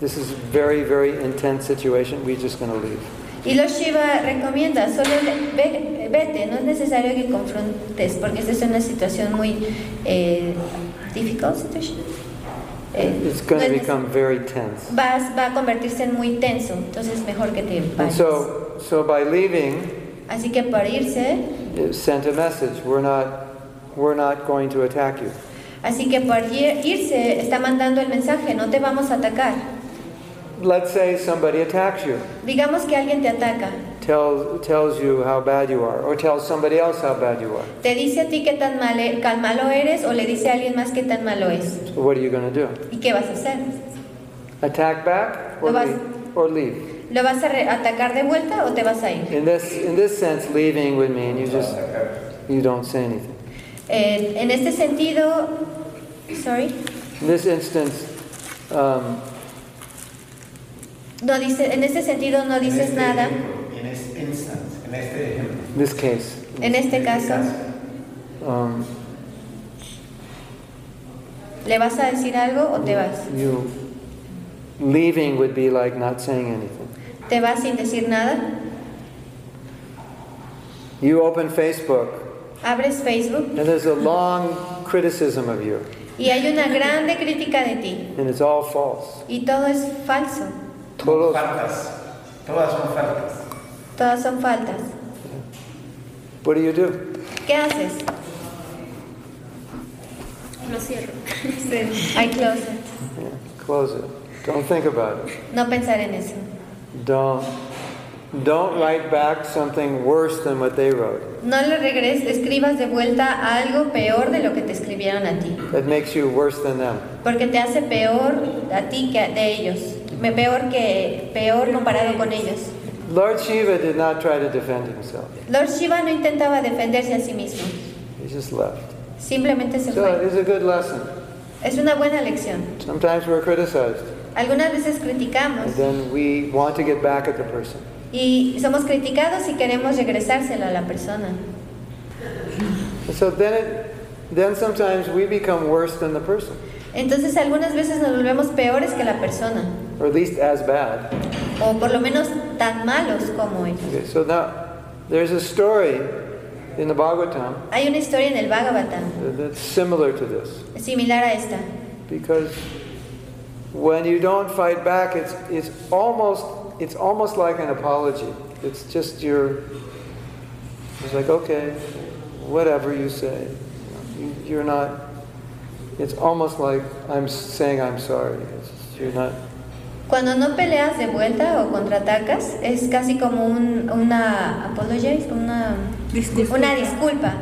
Speaker 1: This is very very intense situation. We're just going to leave.
Speaker 2: Y los Shiva recomienda, solo le- ve- vete, no es necesario que confrontes, porque esta es una situación muy eh, difficult situation. Eh,
Speaker 1: It's
Speaker 2: no es
Speaker 1: going to
Speaker 2: nece-
Speaker 1: become very tense.
Speaker 2: vas, va a convertirse en muy tenso, entonces mejor que te
Speaker 1: And
Speaker 2: vayas.
Speaker 1: so so by leaving,
Speaker 2: Así que para irse,
Speaker 1: it sent a message. We're not we're not going to attack you.
Speaker 2: así que para irse está mandando el mensaje, no te vamos a atacar.
Speaker 1: let's say somebody attacks you,
Speaker 2: Digamos que alguien te ataca,
Speaker 1: tells, tells you how bad you are, or tells somebody else how bad you are.
Speaker 2: te dice a ti qué tan mal, e- tan malo eres o le dice a alguien más qué tan malo es.
Speaker 1: So what are you going to do?
Speaker 2: ¿Y qué vas a hacer?
Speaker 1: Attack back or
Speaker 2: No vas-
Speaker 1: leave? Or leave.
Speaker 2: ¿Lo vas a re- atacar de vuelta o te vas a ir?
Speaker 1: In this, in this sense, leaving would mean you just you don't say anything.
Speaker 2: Eh, en este sentido, sorry,
Speaker 1: In this instance, um,
Speaker 2: no dice, en este sentido no dices nada.
Speaker 8: En este instance, en este ejemplo.
Speaker 1: this case,
Speaker 2: En este caso,
Speaker 1: um,
Speaker 2: ¿le vas a decir algo o te vas?
Speaker 1: you leaving would be like not saying anything.
Speaker 2: ¿Te vas sin decir nada?
Speaker 1: You open Facebook,
Speaker 2: Abres Facebook
Speaker 1: and there's a long criticism of you,
Speaker 2: y hay una grande crítica de ti
Speaker 1: and it's all false.
Speaker 2: y todo es falso,
Speaker 1: Todos,
Speaker 8: Faltas. Todas son faltas.
Speaker 2: todas son faltas.
Speaker 1: what do you do?
Speaker 2: ¿Qué haces?
Speaker 7: Lo cierro.
Speaker 2: I close it.
Speaker 1: Yeah, close it. Don't think about it.
Speaker 2: No pensar en eso.
Speaker 1: Don't, don't write back something worse than what they wrote.
Speaker 2: No le regreses, escribas de vuelta algo peor de lo que te escribieron a ti,
Speaker 1: That makes you worse than them.
Speaker 2: porque te hace peor a ti que a- de ellos, Me- peor que peor comparado con ellos.
Speaker 1: Lord Shiva did not try to defend himself.
Speaker 2: Lord Shiva no intentaba defenderse a sí mismo,
Speaker 1: He just left.
Speaker 2: simplemente se
Speaker 1: So
Speaker 2: fue.
Speaker 1: it's a good lesson.
Speaker 2: Es una buena lección.
Speaker 1: Sometimes we're criticized,
Speaker 2: Algunas veces criticamos
Speaker 1: and then we want to get back at the person.
Speaker 2: y somos criticados y queremos regresárselo a la persona.
Speaker 1: And so then it, then sometimes we become worse than the person,
Speaker 2: Entonces algunas veces nos volvemos peores que la persona,
Speaker 1: or at least as bad.
Speaker 2: o por lo menos tan malos como ellos.
Speaker 1: Okay, so now there's a story in the Bhagavatam
Speaker 2: Hay una historia en el Bhagavatam
Speaker 1: that's similar to this,
Speaker 2: similar a esta.
Speaker 1: because when you don't fight back, it's it's almost it's almost like an apology. It's just your it's like okay, whatever you say, you, you're not. It's almost like I'm saying I'm sorry. It's, you're not.
Speaker 2: Cuando no peleas de vuelta o contraatacas, es casi como un- una apologize, una
Speaker 6: Disculpa.
Speaker 2: Una disculpa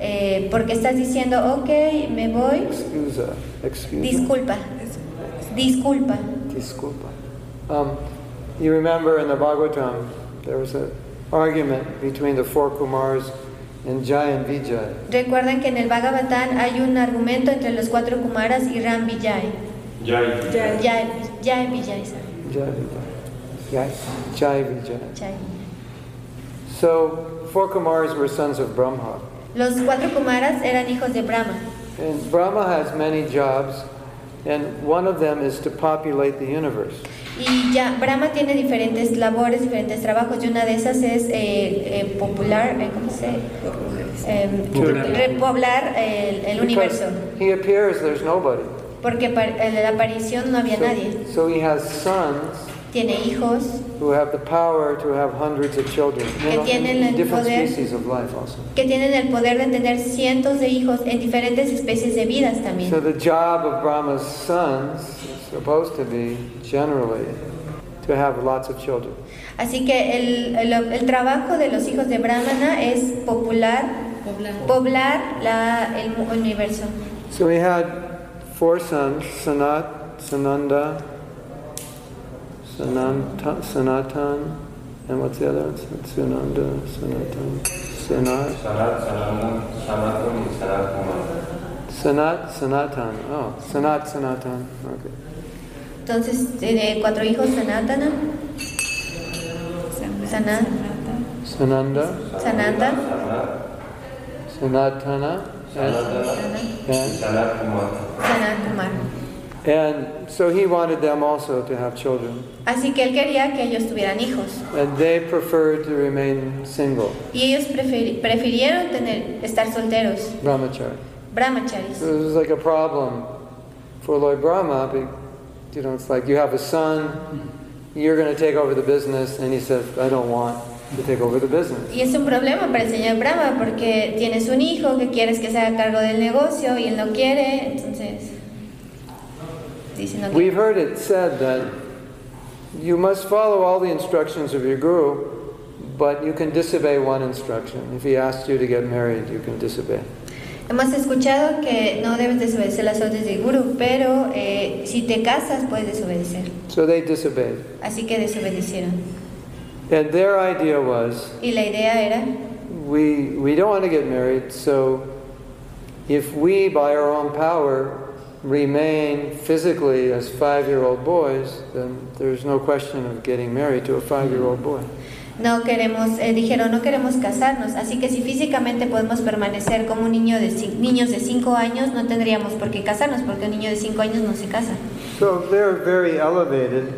Speaker 2: eh, porque estás diciendo, ok, me voy,
Speaker 1: Excusa. uh, Excuse.
Speaker 2: disculpa, disculpa.
Speaker 1: Disculpa. Um, you remember in the Bhagavatam, there was an argument between the four Kumars and Jai and Vijay.
Speaker 2: Recuerden que en el Bhagavatam hay un argumento entre los cuatro Kumaras y Ram Vijay.
Speaker 6: Jai.
Speaker 2: Jai, Jai Vijay, sorry,
Speaker 1: Jai Vijay. Jai, Jai Vijay.
Speaker 2: Jai.
Speaker 1: So, four Kumars were sons of Brahma.
Speaker 2: Los cuatro Kumaras eran hijos de Brahma.
Speaker 1: And Brahma has many jobs, and one of them is to populate the universe.
Speaker 2: Y ya, Brahma tiene diferentes labores, diferentes trabajos, y una de esas es eh, eh, popular, eh, ¿cómo se Em,
Speaker 4: Poblar.
Speaker 2: repoblar el, el
Speaker 1: Because
Speaker 2: universo.
Speaker 1: he appears, there's nobody.
Speaker 2: Porque par- en la aparición no había nadie.
Speaker 1: So, so he has sons
Speaker 2: tiene hijos,
Speaker 1: who have the power to have hundreds of children.
Speaker 2: Que tienen el
Speaker 1: different
Speaker 2: poder.
Speaker 1: species of life also.
Speaker 2: que tienen el poder de tener cientos de hijos en diferentes especies de vidas también.
Speaker 1: So the job of Brahma's sons is supposed to be generally to have lots of children.
Speaker 2: Así que el, el- el trabajo de los hijos de Brahmana es popular, poblar la- el mu- universo.
Speaker 1: So he had four sons, Sanat, Sananda, Sananta, Sanatan, and what's the other one? Sunanda, Sanatan, Sanat,
Speaker 9: Sanat, Sanat, Sanatun y Sanat Kumar.
Speaker 1: Sanat, Sanatan. Oh, Sanat, Sanatan. Okay.
Speaker 2: Entonces, tiene cuatro hijos, Sanatana, Sana,
Speaker 1: Sananda,
Speaker 2: Sananda,
Speaker 9: Sanat,
Speaker 1: Sanatana, and,
Speaker 9: Sanatana y
Speaker 1: and,
Speaker 9: Sanat Kumar.
Speaker 2: Sanat Kumar.
Speaker 1: and so he wanted them also to have children.
Speaker 2: Así que él quería que ellos tuvieran hijos.
Speaker 1: And they preferred to remain single,
Speaker 2: Y ellos preferi- prefirieron tener, estar solteros,
Speaker 1: brahmachari.
Speaker 2: brahmacharis.
Speaker 1: So it was like a problem for Lord Brahma. Be, you know, it's like you have a son, you're going to take over the business, and he says, I don't want to take over the business.
Speaker 2: Y es un problema para el señor Brahma porque tienes un hijo que quieres que se haga cargo del negocio y él no quiere, entonces dice no quiero.
Speaker 1: We've heard it said that You must follow all the instructions of your guru, but you can disobey one instruction. If he asks you to get married, you can disobey.
Speaker 2: Hemos escuchado que no debes desobedecer las órdenes del gurú, pero eh, si te casas puedes desobedecer.
Speaker 1: So they disobeyed.
Speaker 2: Así que desobedecieron.
Speaker 1: And their idea was
Speaker 2: Y la idea era,
Speaker 1: we, we don't want to get married, so if we, by our own power, remain physically as five year old boys, then there's no question of getting married to a five year old boy.
Speaker 2: no queremos, eh, dijeron, no queremos casarnos, así que si físicamente podemos permanecer como un niño de cin- niños de 5 años, no tendríamos por qué casarnos, porque un niño de 5 años no se casa.
Speaker 1: So they're very elevated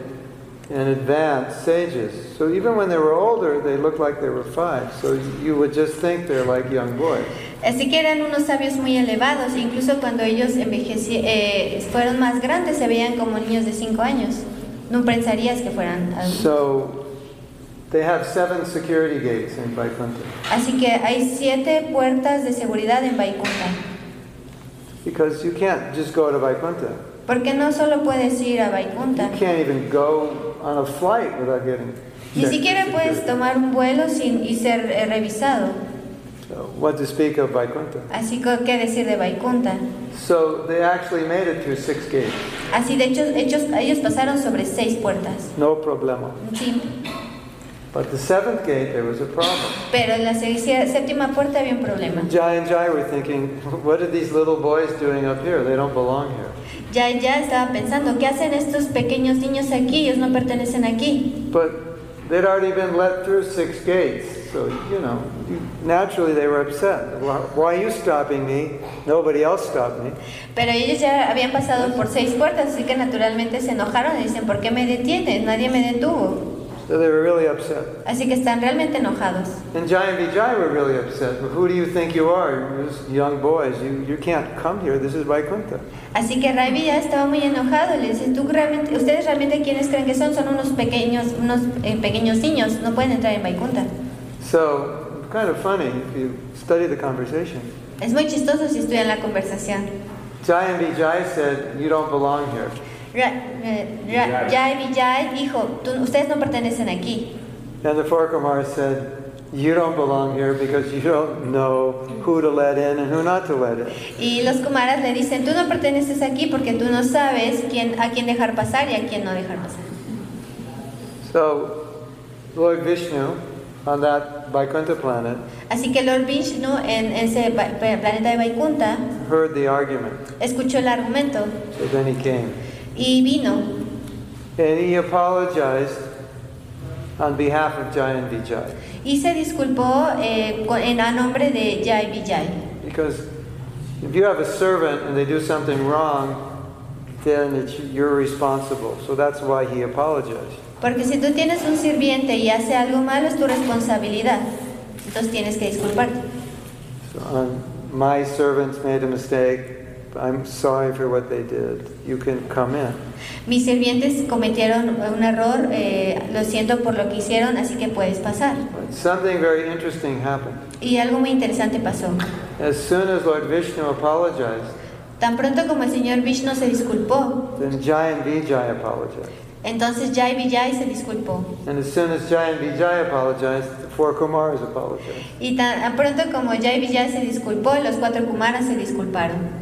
Speaker 1: and advanced sages. So even when they were older, they looked like they were five. So you would just think they're like young boys.
Speaker 2: Así que eran unos sabios muy elevados, e incluso cuando ellos envejeci- eh, fueron más grandes se veían como niños de 5 años. No pensarías que fueran adultos.
Speaker 1: So they have seven security gates in Vaikuntha
Speaker 2: Así que hay siete puertas de seguridad en Vaikunta.
Speaker 1: because you can't just go to Vaikuntha.
Speaker 2: Porque no solo puedes ir a
Speaker 1: You
Speaker 2: Vaikunta,
Speaker 1: can't even go on a flight without getting.
Speaker 2: ni
Speaker 1: checked.
Speaker 2: siquiera puedes tomar un vuelo sin y ser eh, revisado.
Speaker 1: So what to speak of Vaikuntha?
Speaker 2: Así que, ¿qué decir de Vaikunta?
Speaker 1: So they actually made it through six gates.
Speaker 2: Así de hecho, ellos, ellos pasaron sobre seis puertas.
Speaker 1: No problema.
Speaker 2: Sí,
Speaker 1: But the seventh gate, there was a problem.
Speaker 2: pero en la se- séptima puerta había un problema.
Speaker 1: Jai and Jai were thinking, [laughs] what are these little boys doing up here? They don't belong here.
Speaker 2: Ya, ya estaba pensando, ¿qué hacen estos pequeños niños aquí? Ellos no pertenecen aquí.
Speaker 1: But they'd already been let through six gates, so you know, you- naturally they were upset. Why, why are you stopping me? Nobody else stopped me.
Speaker 2: Pero ellos ya habían pasado por seis puertas, así que naturalmente se enojaron y dicen, ¿por qué me detienes? Nadie me detuvo.
Speaker 1: So they were really upset.
Speaker 2: Así que están realmente enojados.
Speaker 1: And Jai and Vijay were really upset. Who do you think you are? You're just young boys. You, you can't come here. This is Vaikuntha.
Speaker 2: Así que Ray ya estaba muy enojado y le dice, ¿Tú realmente, ¿ustedes realmente quiénes creen que son? Son unos pequeños, unos eh, pequeños niños, no pueden entrar en Vaikunta.
Speaker 1: So, kind of funny if you study the conversation.
Speaker 2: Es muy chistoso si estudian la conversación.
Speaker 1: Jai and Vijay said, You don't belong here.
Speaker 2: Ra- eh, Ra- Jai Vijay dijo, "Tú- ustedes no pertenecen aquí.
Speaker 1: And the four Kumars said, You don't belong here because you don't know who to let in and who not to let in.
Speaker 2: Y los Kumaras le dicen, tú no perteneces aquí porque tú no sabes quién, a quién dejar pasar y a quién no dejar pasar.
Speaker 1: So, Lord Vishnu on that Vaikuntha planet
Speaker 2: Así que Lord Vishnu en ese va- planeta de Vaikunta
Speaker 1: heard the argument,
Speaker 2: escuchó el argumento
Speaker 1: so then he came.
Speaker 2: y vino
Speaker 1: And he apologized on behalf of Jai and Vijay
Speaker 2: y se disculpó eh, con- en, a nombre de Jai Vijay.
Speaker 1: because if you have a servant and they do something wrong, then it's, you're responsible. So that's why he apologized.
Speaker 2: Porque si tú tienes un sirviente y hace algo malo es tu responsabilidad. Entonces tienes que disculparte.
Speaker 1: So, um, my servants made a mistake. I'm sorry for what they did. You can come in.
Speaker 2: Mis sirvientes cometieron un error, eh, lo siento por lo que hicieron, así que puedes pasar.
Speaker 1: But something very interesting happened.
Speaker 2: Y algo muy interesante pasó.
Speaker 1: As soon as Lord Vishnu apologized,
Speaker 2: Tan pronto como el señor Vishnu se disculpó,
Speaker 1: then Jai and Vijay apologized.
Speaker 2: entonces Jai Vijay se disculpó.
Speaker 1: And as soon as Jai and Vijay apologized, the four Kumaras apologized.
Speaker 2: Y tan tan pronto como Jai Vijay se disculpó, los cuatro Kumaras se disculparon.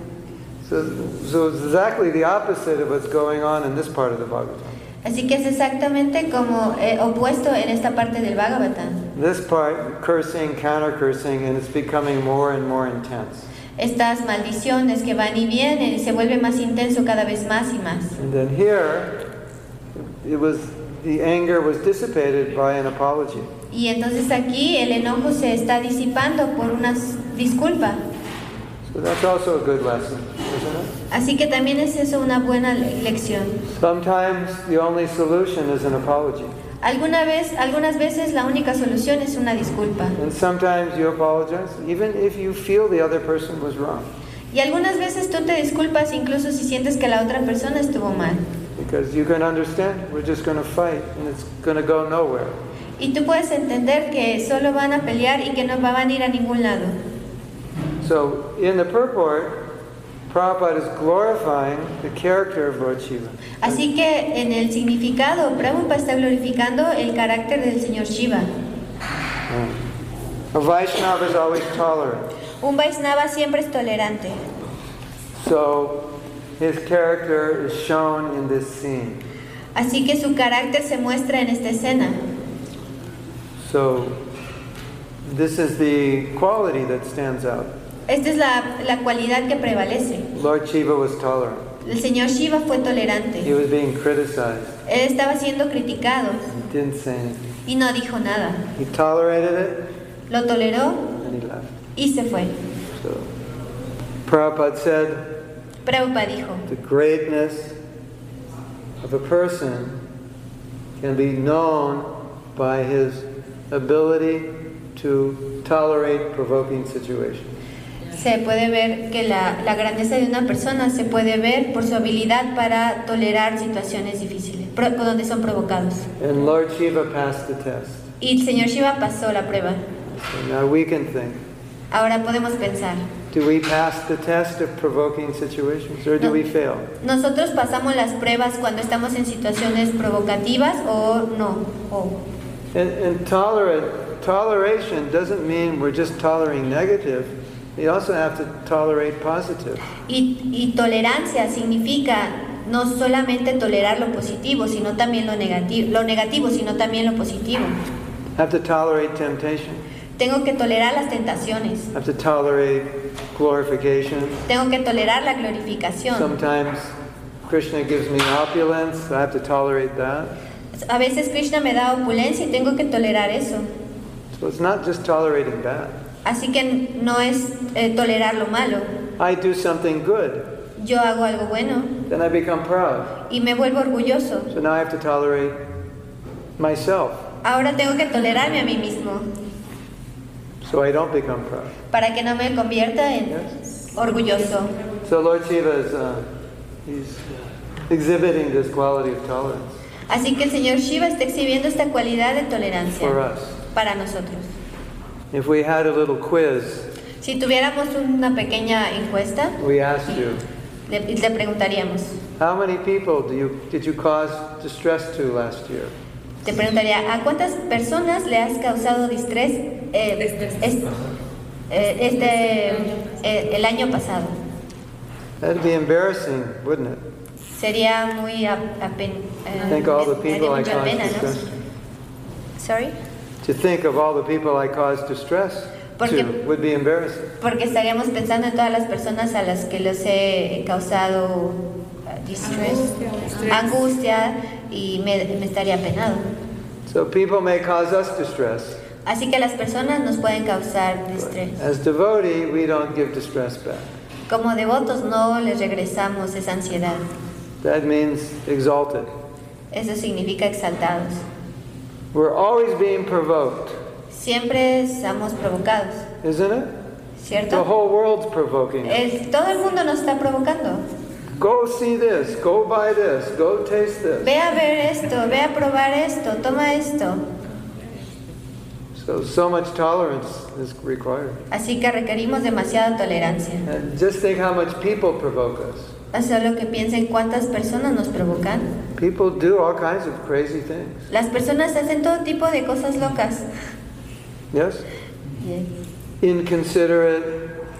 Speaker 1: So, so it's exactly the opposite of what's going on in this part of the Bhagavatam.
Speaker 2: Así que es exactamente como eh, opuesto en esta parte del Bhagavatam.
Speaker 1: This part, cursing, counter cursing, and it's becoming more and more intense.
Speaker 2: Estas maldiciones que van y vienen y se vuelve más intenso cada vez más y más.
Speaker 1: And then here, it was the anger was dissipated by an apology.
Speaker 2: Y entonces aquí el enojo se está disipando por una s- disculpa.
Speaker 1: So that's also a good lesson, isn't it?
Speaker 2: Así que también es eso una buena le- lección.
Speaker 1: Sometimes the only solution is an apology,
Speaker 2: Alguna vez, algunas veces la única solución es una disculpa.
Speaker 1: and sometimes you apologize even if you feel the other person was wrong,
Speaker 2: Y algunas veces tú te disculpas incluso si sientes que la otra persona estuvo mal.
Speaker 1: because you can understand we're just going to fight and it's going to go nowhere.
Speaker 2: Y tú puedes entender que solo van a pelear y que no van a ir a ningún lado.
Speaker 1: So in the purport, Prabhupada is glorifying the character of Lord Shiva.
Speaker 2: Así que en el significado, Prabhupada está glorificando el carácter del señor Shiva.
Speaker 1: A Vaishnava is always tolerant.
Speaker 2: Un Vaisnava siempre es tolerante.
Speaker 1: So his character is shown in this scene.
Speaker 2: Así que su carácter se muestra en esta escena.
Speaker 1: So this is the quality that stands out.
Speaker 2: Esta es la, la cualidad que prevalece.
Speaker 1: Lord Shiva was tolerant.
Speaker 2: El señor Shiva fue
Speaker 1: He
Speaker 2: tolerante.
Speaker 1: was being criticized.
Speaker 2: Él estaba siendo criticado
Speaker 1: He didn't say anything.
Speaker 2: y no dijo nada.
Speaker 1: He tolerated it
Speaker 2: Lo toleró
Speaker 1: and he left.
Speaker 2: y se fue.
Speaker 1: So Prabhupada said
Speaker 2: Prabhupada dijo,
Speaker 1: the greatness of a person can be known by his ability to tolerate provoking situations.
Speaker 2: se puede ver que la, la grandeza de una persona se puede ver por su habilidad para tolerar situaciones difíciles, pro- donde son provocados.
Speaker 1: And Lord Shiva passed the test.
Speaker 2: Y el señor Shiva pasó la prueba.
Speaker 1: So now we can think.
Speaker 2: Ahora podemos pensar,
Speaker 1: Do we pass the test of provoking situations or do we fail?
Speaker 2: ¿nosotros pasamos las pruebas cuando estamos en situaciones provocativas o no? O-
Speaker 1: And, and tolerate, toleration doesn't mean we're just tolerating negative. You also have to tolerate positive.
Speaker 2: Y, y tolerancia significa no solamente tolerar lo positivo, sino también lo negativo, lo negativo, sino también lo positivo.
Speaker 1: Have to tolerate temptation.
Speaker 2: Tengo que tolerar las tentaciones,
Speaker 1: Have to tolerate glorification.
Speaker 2: tengo que tolerar la glorificación.
Speaker 1: Sometimes Krishna gives me opulence, so I have to tolerate that.
Speaker 2: A veces Krishna me da opulencia y tengo que tolerar eso.
Speaker 1: So it's not just tolerating bad.
Speaker 2: Así que no es eh, tolerar lo malo.
Speaker 1: I do something good,
Speaker 2: Yo hago algo bueno
Speaker 1: then I become proud.
Speaker 2: y me vuelvo orgulloso.
Speaker 1: So now I have to tolerate myself,
Speaker 2: Ahora tengo que tolerarme a mí mismo
Speaker 1: so I don't become proud.
Speaker 2: para que no me convierta en orgulloso.
Speaker 1: So Lord Shiva is uh, he's uh, exhibiting this quality of tolerance
Speaker 2: Así que el señor Shiva está exhibiendo esta cualidad de tolerancia
Speaker 1: for us.
Speaker 2: para nosotros.
Speaker 1: If we had a little quiz,
Speaker 2: Si tuviéramos una pequeña encuesta,
Speaker 1: we asked you,
Speaker 2: le, le preguntaríamos,
Speaker 1: how many people do you did you cause distress to last year?
Speaker 2: te preguntaría, ¿a cuántas personas le has causado distrés eh, es- eh, este, eh, el año pasado?
Speaker 1: That'd be embarrassing, wouldn't it?
Speaker 2: Sería muy apenas.
Speaker 1: Think all the people I caused distress.
Speaker 2: Sorry.
Speaker 1: To think of all the people I caused distress
Speaker 2: Porque-
Speaker 1: to would be embarrassing.
Speaker 2: Porque estaríamos pensando en todas las personas a las que les he causado eh, distress, angustia, y me, me estaría penado.
Speaker 1: So people may cause us distress.
Speaker 2: Así que las personas nos pueden causar distrés.
Speaker 1: As devotee, we don't give distress back.
Speaker 2: Como devotos no les regresamos esa ansiedad.
Speaker 1: That means exalted.
Speaker 2: Eso significa exaltados.
Speaker 1: We're always being provoked,
Speaker 2: Siempre estamos provocados,
Speaker 1: isn't it? The
Speaker 2: ¿cierto?
Speaker 1: whole world's provoking us.
Speaker 2: El- todo el mundo nos está provocando.
Speaker 1: Go see this, go buy this, go taste this.
Speaker 2: Ve a ver esto, ve a probar esto, toma esto.
Speaker 1: So, so much tolerance is required.
Speaker 2: Así que requerimos demasiada tolerancia.
Speaker 1: And just think how much people provoke us.
Speaker 2: Solo que piensen cuántas personas nos provocan.
Speaker 1: People do all kinds of crazy things.
Speaker 2: Las personas hacen todo tipo de cosas locas.
Speaker 1: Yes? Inconsiderate,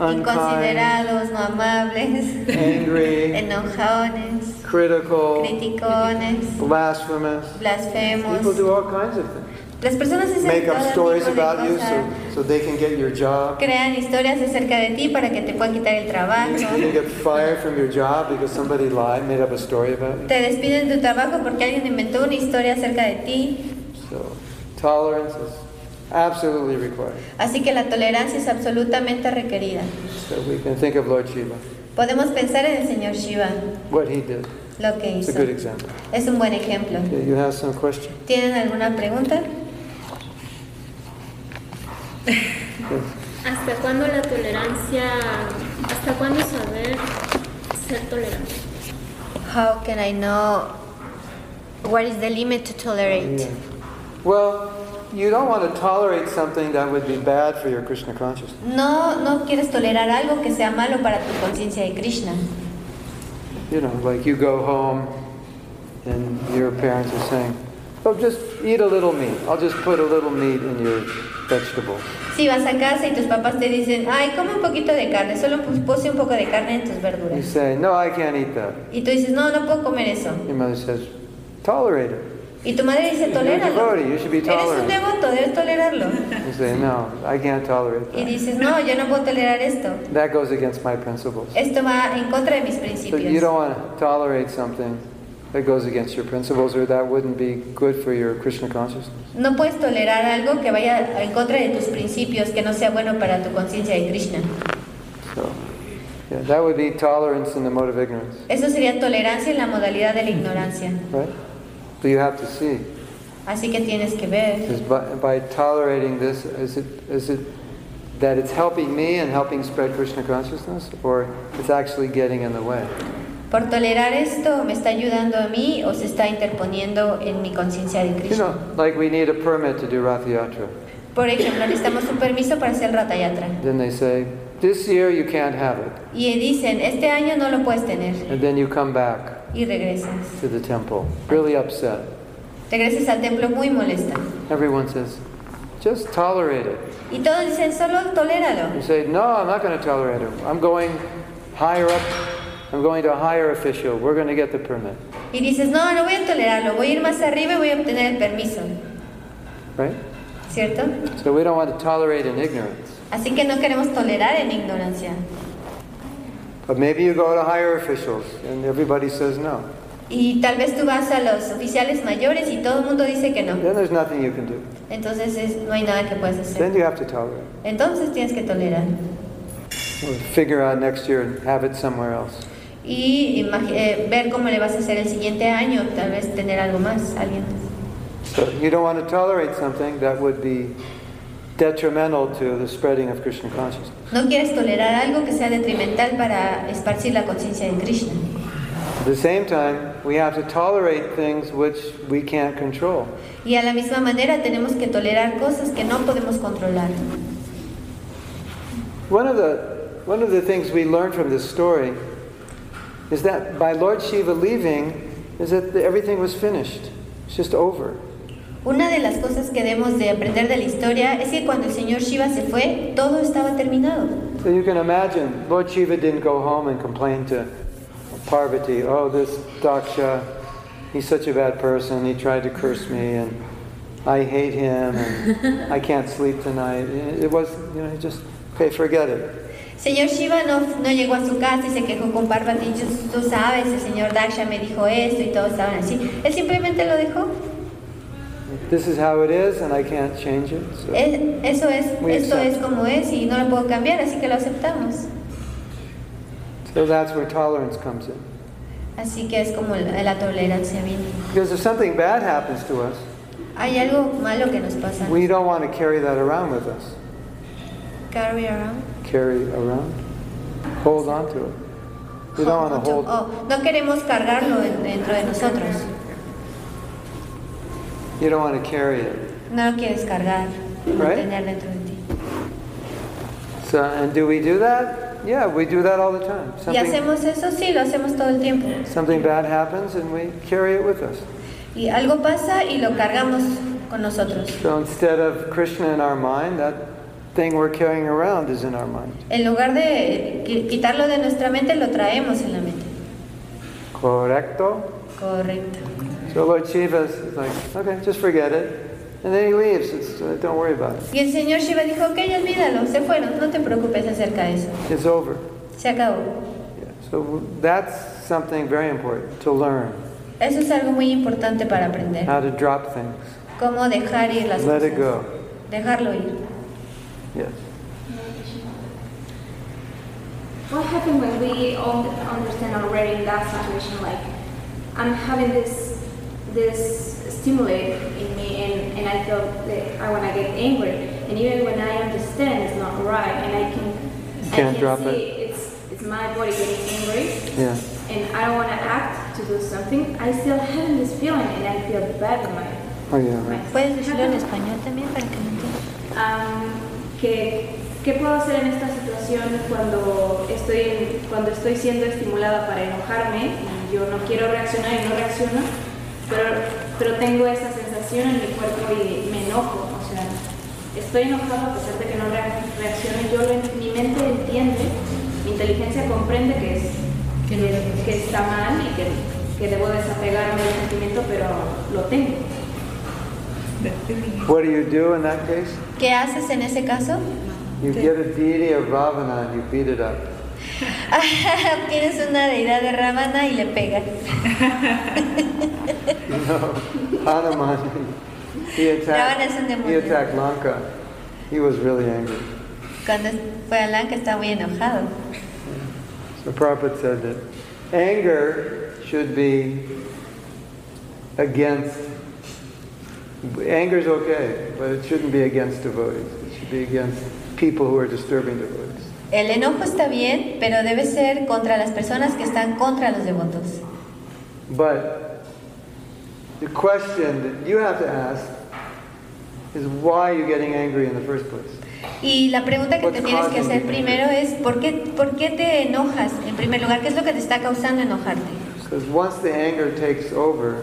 Speaker 1: unkind,
Speaker 2: Inconsiderados, no
Speaker 1: [laughs]
Speaker 2: amables,
Speaker 1: Eh. angry,
Speaker 2: enojones,
Speaker 1: critical,
Speaker 2: criticones,
Speaker 1: blasphemous. People
Speaker 2: blasfemos.
Speaker 1: do all kinds of things.
Speaker 2: Las personas hacen
Speaker 1: Make up
Speaker 2: todo
Speaker 1: stories
Speaker 2: tipo de
Speaker 1: about you
Speaker 2: cosas.
Speaker 1: so, so they can get your job.
Speaker 2: Crean historias acerca de ti para que te puedan quitar el
Speaker 1: You
Speaker 2: trabajo.
Speaker 1: get fired from your job because somebody lied, made up a story about you.
Speaker 2: Te despiden de tu trabajo porque alguien inventó una historia acerca de ti.
Speaker 1: So tolerance is absolutely required.
Speaker 2: Así que la tolerancia es absolutamente requerida.
Speaker 1: So we can think of Lord Shiva,
Speaker 2: Podemos pensar en el señor Shiva,
Speaker 1: what he did.
Speaker 2: lo que
Speaker 1: It's a
Speaker 2: hizo.
Speaker 1: good example.
Speaker 2: Es un buen ejemplo.
Speaker 1: Okay, you have some question?
Speaker 2: ¿Tienen alguna pregunta?
Speaker 7: ¿Hasta cuándo la tolerancia, hasta cuándo saber ser tolerante?
Speaker 2: How can I know what is the limit to tolerate?
Speaker 1: Well, you don't want to tolerate something that would be bad for your Krishna consciousness.
Speaker 2: No, no quieres tolerar algo que sea malo para tu conciencia de Krishna.
Speaker 1: You know, like you go home and your parents are saying, oh, just eat a little meat. I'll just put a little meat in your vegetables.
Speaker 2: Si vas a casa y tus papás te dicen, ay, come un poquito de carne, solo pu- puse un poco de carne en tus
Speaker 1: You
Speaker 2: verduras.
Speaker 1: say, no, I can't eat that.
Speaker 2: Y tú dices, no, no puedo comer eso.
Speaker 1: Your mother says, tolerate it.
Speaker 2: Y tu madre dice,
Speaker 1: You're a
Speaker 2: toléralo.
Speaker 1: devotee, you should be
Speaker 2: Eres un
Speaker 1: tolerant.
Speaker 2: devoto, debes tolerarlo.
Speaker 1: You say, no, I can't tolerate
Speaker 2: Y
Speaker 1: that.
Speaker 2: dices, no, yo no puedo tolerar esto.
Speaker 1: That goes against my principles.
Speaker 2: Esto va en contra de mis
Speaker 1: So you
Speaker 2: principios.
Speaker 1: don't want to tolerate something that goes against your principles or that wouldn't be good for your Krishna consciousness.
Speaker 2: No puedes tolerar algo que vaya en contra de tus principios, que no sea bueno para tu conciencia de Krishna.
Speaker 1: So, yeah, that would be tolerance in the mode of ignorance,
Speaker 2: Eso sería tolerancia en la modalidad de la ignorancia.
Speaker 1: right? So you have to see,
Speaker 2: Así que tienes que ver
Speaker 1: is by, by tolerating this, is it, is it that it's helping me and helping spread Krishna consciousness, or it's actually getting in the way?
Speaker 2: ¿Por tolerar esto me está ayudando a mí o se está interponiendo en mi conciencia de
Speaker 1: You
Speaker 2: Krishna?
Speaker 1: know, like we need a permit to do Rath Yatra.
Speaker 2: Por ejemplo, necesitamos un permiso para hacer ratayatra.
Speaker 1: Then they say, this year you can't have it.
Speaker 2: Y dicen, este año no lo puedes tener.
Speaker 1: And then you come back
Speaker 2: Y regresas.
Speaker 1: to the temple, really upset.
Speaker 2: Regresas al templo muy molesta.
Speaker 1: Everyone says, just tolerate it.
Speaker 2: Y todos dicen, solo
Speaker 1: You
Speaker 2: toléralo.
Speaker 1: say, no, I'm not going to tolerate it. I'm going higher up. I'm going to a higher official. We're going to get the permit.
Speaker 2: Y dices, no, no voy a tolerarlo, voy a ir más arriba y voy a obtener el permiso.
Speaker 1: Right?
Speaker 2: ¿Cierto?
Speaker 1: So we don't want to tolerate an ignorance.
Speaker 2: Así que no queremos tolerar en ignorancia.
Speaker 1: But maybe you go to higher officials and everybody says no.
Speaker 2: Y tal vez tú vas a los oficiales mayores y todo el mundo dice que no.
Speaker 1: Then there's nothing you can do.
Speaker 2: Entonces es- no hay nada que puedas
Speaker 1: Then
Speaker 2: hacer.
Speaker 1: you have to tolerate.
Speaker 2: Entonces tienes que tolerar.
Speaker 1: Or figure out next year and have it somewhere else.
Speaker 2: Y imagi- eh, ver cómo le vas a hacer el siguiente año, tal vez tener algo más, alguien más.
Speaker 1: So you don't want to tolerate something that would be detrimental to the spreading of Krishna consciousness.
Speaker 2: No quieres tolerar algo que sea detrimental para esparcir la conciencia de Krishna.
Speaker 1: At the same time, we have to tolerate things which we can't control.
Speaker 2: Y a la misma manera tenemos que tolerar cosas que no podemos controlar.
Speaker 1: One of the one of the things we learn from this story is that by Lord Shiva leaving, is that everything was finished. It's just over.
Speaker 2: Una de las cosas que debemos de aprender de la historia es que cuando el señor Shiva se fue, todo estaba terminado.
Speaker 1: So you can imagine, Lord Shiva didn't go home and complain to Parvati, oh, this Daksha, he's such a bad person, he tried to curse me, and I hate him, and I can't sleep tonight. It was, you know, just, okay, forget it.
Speaker 2: Señor Shiva no, no llegó a su casa y se quejó con Parvati. "Tú- Tú sabes, el señor Daksha me dijo esto y todos estaban así. Él simplemente lo dejó.
Speaker 1: This is how it is, and I can't change it. So.
Speaker 2: Es- eso es,
Speaker 1: Muy
Speaker 2: esto es
Speaker 1: exacto.
Speaker 2: como es y no lo puedo cambiar, así que lo aceptamos.
Speaker 1: So that's where tolerance comes in.
Speaker 2: Así que es como la, la tolerancia viene.
Speaker 1: Because if something bad happens to us,
Speaker 2: Hay algo malo que nos pasa.
Speaker 1: we don't want to carry that around with us.
Speaker 2: Carry around.
Speaker 1: Carry around? Hold on to it. We don't want to hold.
Speaker 2: Oh, no queremos cargarlo en- dentro de nosotros.
Speaker 1: You don't want to carry it.
Speaker 2: No lo quieres cargar, mantener dentro de ti.
Speaker 1: So, and do we do that? Yeah, we do that all the time.
Speaker 2: Y
Speaker 1: Something,
Speaker 2: hacemos eso, sí, lo hacemos todo el tiempo.
Speaker 1: something bad happens and we carry it with us.
Speaker 2: Y algo pasa y lo cargamos con nosotros.
Speaker 1: So instead of Krishna in our mind, that thing we're carrying around is in our mind.
Speaker 2: En lugar de qui- quitarlo de nuestra mente, lo traemos en la mente.
Speaker 1: Correcto?
Speaker 2: Correcto.
Speaker 1: So Lord Shiva is like, okay, just forget it. And then he leaves. It's, uh, don't worry about it.
Speaker 2: Y el señor Shiva dijo, ok, olvídalo, se fueron, no te preocupes acerca de eso.
Speaker 1: It's over.
Speaker 2: Se acabó.
Speaker 1: Yeah. So that's something very important to learn
Speaker 2: Eso es algo muy importante para aprender.
Speaker 1: how to drop things.
Speaker 2: Cómo dejar ir las
Speaker 1: Ah. Let
Speaker 2: cosas.
Speaker 1: it go.
Speaker 2: Dejarlo ir.
Speaker 1: Yes.
Speaker 10: What happened when we all understand already in that situation? Like, I'm having this this stimulate in me, and, and I feel that I want to get angry. And even when I understand it's not right, and I can I
Speaker 1: Can't
Speaker 10: can
Speaker 1: drop
Speaker 10: see it's it's my body getting angry,
Speaker 1: Yeah.
Speaker 10: and I don't want to act to do something. I still having this feeling, and I feel bad in my
Speaker 1: Oh, yeah, right.
Speaker 2: ¿Puedes decirlo en español también para que lo entiendan?
Speaker 10: Am, ¿qué, qué puedo hacer en esta situación cuando estoy, en- cuando estoy siendo estimulada para enojarme y yo no quiero reaccionar y no reacciono, pero, pero tengo esa sensación en mi cuerpo y me enojo? O sea, estoy enojada a pesar de que no rea- reacciono, yo lo- mi mente entiende, mi inteligencia comprende que, es, que, que está mal y que, que debo desapegarme del sentimiento, pero lo tengo.
Speaker 1: What do you do in that case?
Speaker 2: ¿Qué haces en ese caso? [laughs]
Speaker 1: You get a deity of Ravana and you beat it up.
Speaker 2: Tienes una deidad de Ramana y le pegas.
Speaker 1: No, Hanuman. [laughs] He attacked.
Speaker 2: Ravana es un
Speaker 1: He
Speaker 2: demonio.
Speaker 1: attacked Lanka. He was really angry.
Speaker 2: Cuando fue a Lanka está muy enojado.
Speaker 1: So Prabhupada said that anger should be against. Anger's okay, but it shouldn't be against devotees. It should be against people who are disturbing devotees.
Speaker 2: El enojo está bien, pero debe ser contra las personas que están contra los devotos.
Speaker 1: But the question that you have to ask is why are you getting angry in the first place?
Speaker 2: Y la pregunta que
Speaker 1: What's
Speaker 2: te tienes que
Speaker 1: causing
Speaker 2: hacer
Speaker 1: the
Speaker 2: primero es, ¿por qué, ¿por qué te enojas? En primer lugar, ¿qué es lo que te está causando enojarte?
Speaker 1: Because once the anger takes over,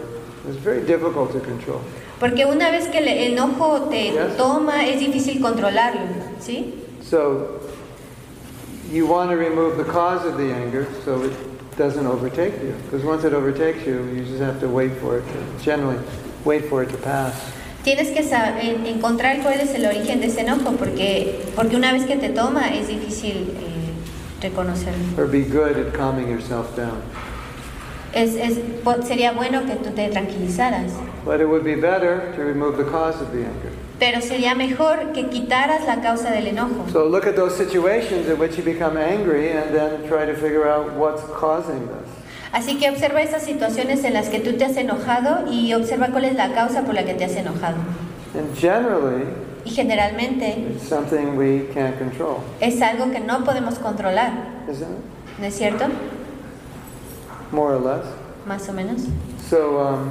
Speaker 1: it's very difficult to control.
Speaker 2: Porque una vez que el enojo te
Speaker 1: Yes.
Speaker 2: toma, es difícil controlarlo, ¿sí?
Speaker 1: So you want to remove the cause of the anger so it doesn't overtake you. Because once it overtakes you, you just have to wait for it to, generally, wait for it to pass.
Speaker 2: Tienes que sa- en- encontrar cuál es el origen de ese enojo, porque, porque una vez que te toma es difícil eh, reconocerlo.
Speaker 1: Or be good at calming yourself down.
Speaker 2: Es, es- po- sería bueno que tú te tranquilizaras,
Speaker 1: But it would be better to remove the cause of the anger.
Speaker 2: pero sería mejor que quitaras la causa del enojo.
Speaker 1: So look at those situations in which you become angry and then try to figure out what's causing this.
Speaker 2: Así que observa esas situaciones en las que tú te has enojado y observa cuál es la causa por la que te has enojado.
Speaker 1: And generally,
Speaker 2: Y generalmente
Speaker 1: it's something we can't control,
Speaker 2: es algo que no podemos controlar,
Speaker 1: isn't it?
Speaker 2: ¿no es cierto?
Speaker 1: More or less.
Speaker 2: Más o menos.
Speaker 1: So um,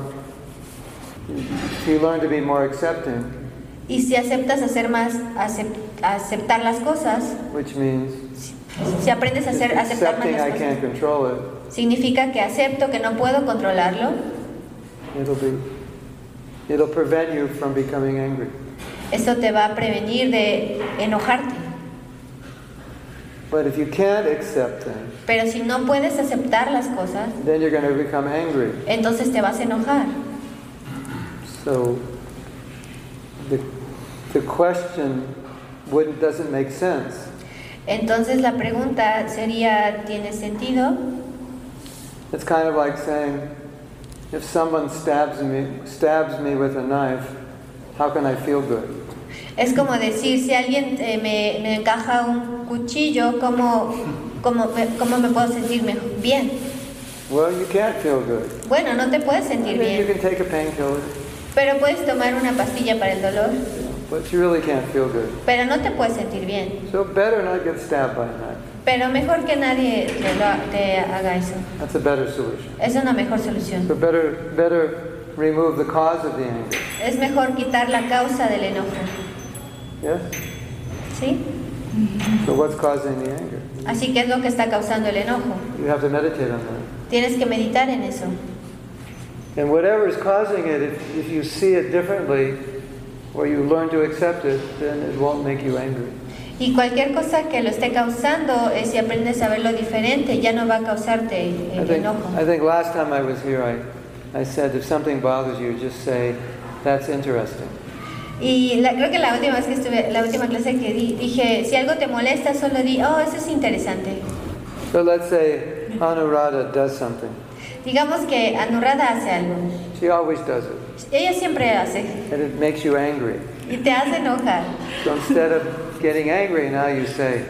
Speaker 1: you learn to be more accepting,
Speaker 2: Y si aceptas hacer más, acep- aceptar las cosas,
Speaker 1: which means
Speaker 2: si aprendes a hacer, aceptar más
Speaker 1: accepting I
Speaker 2: las
Speaker 1: can't
Speaker 2: cosas,
Speaker 1: control it.
Speaker 2: significa que acepto que no puedo controlarlo,
Speaker 1: It'll be, it'll prevent you from becoming angry.
Speaker 2: eso te va a prevenir de enojarte.
Speaker 1: But if you can't accept things,
Speaker 2: Pero si no puedes aceptar las cosas,
Speaker 1: then you're going to become angry.
Speaker 2: entonces te vas a enojar.
Speaker 1: So the, the question wouldn't, doesn't make sense.
Speaker 2: Entonces la pregunta sería, ¿tiene sentido?
Speaker 1: It's kind of like saying, if someone stabs me, stabs me with a knife, how can I feel good?
Speaker 2: Es como decir, si alguien eh, me, me encaja un cuchillo, ¿cómo, cómo, me, cómo me puedo sentir mejor? bien?
Speaker 1: Well, you can't feel good.
Speaker 2: Bueno, no te puedes
Speaker 1: I
Speaker 2: sentir
Speaker 1: mean, you can
Speaker 2: bien.
Speaker 1: take a painkiller,
Speaker 2: Pero puedes tomar una pastilla para el dolor,
Speaker 1: but you really can't feel good.
Speaker 2: pero no te puedes sentir bien.
Speaker 1: So better not get stabbed by a knife.
Speaker 2: Pero mejor que nadie te, lo- te haga eso.
Speaker 1: That's a better solution.
Speaker 2: Es una mejor solución.
Speaker 1: So better, better remove the cause of the anger.
Speaker 2: Es mejor quitar la causa del enojo.
Speaker 1: Yes.
Speaker 2: ¿Sí?
Speaker 1: So what's causing the anger?
Speaker 2: Así que es lo que está causando el enojo.
Speaker 1: You have to meditate on that.
Speaker 2: Tienes que meditar en eso.
Speaker 1: And whatever is causing it, if, if you see it differently, or you learn to accept it, then it won't make you angry.
Speaker 2: Y cualquier cosa que lo esté causando, eh, si aprendes a verlo diferente, ya no va a causarte
Speaker 1: I
Speaker 2: el
Speaker 1: think,
Speaker 2: enojo.
Speaker 1: I think last time I was here, I, I said if something bothers you, just say, that's interesting.
Speaker 2: Y la- creo que la última vez que estuve, la última clase que di, dije, si algo te molesta, solo di, oh, eso es interesante.
Speaker 1: So let's say Anuradha does something.
Speaker 2: Digamos que Anurada hace algo.
Speaker 1: She always does it,
Speaker 2: Ella siempre hace
Speaker 1: and it makes you angry.
Speaker 2: y te hace enojar.
Speaker 1: So instead of getting angry, now you say,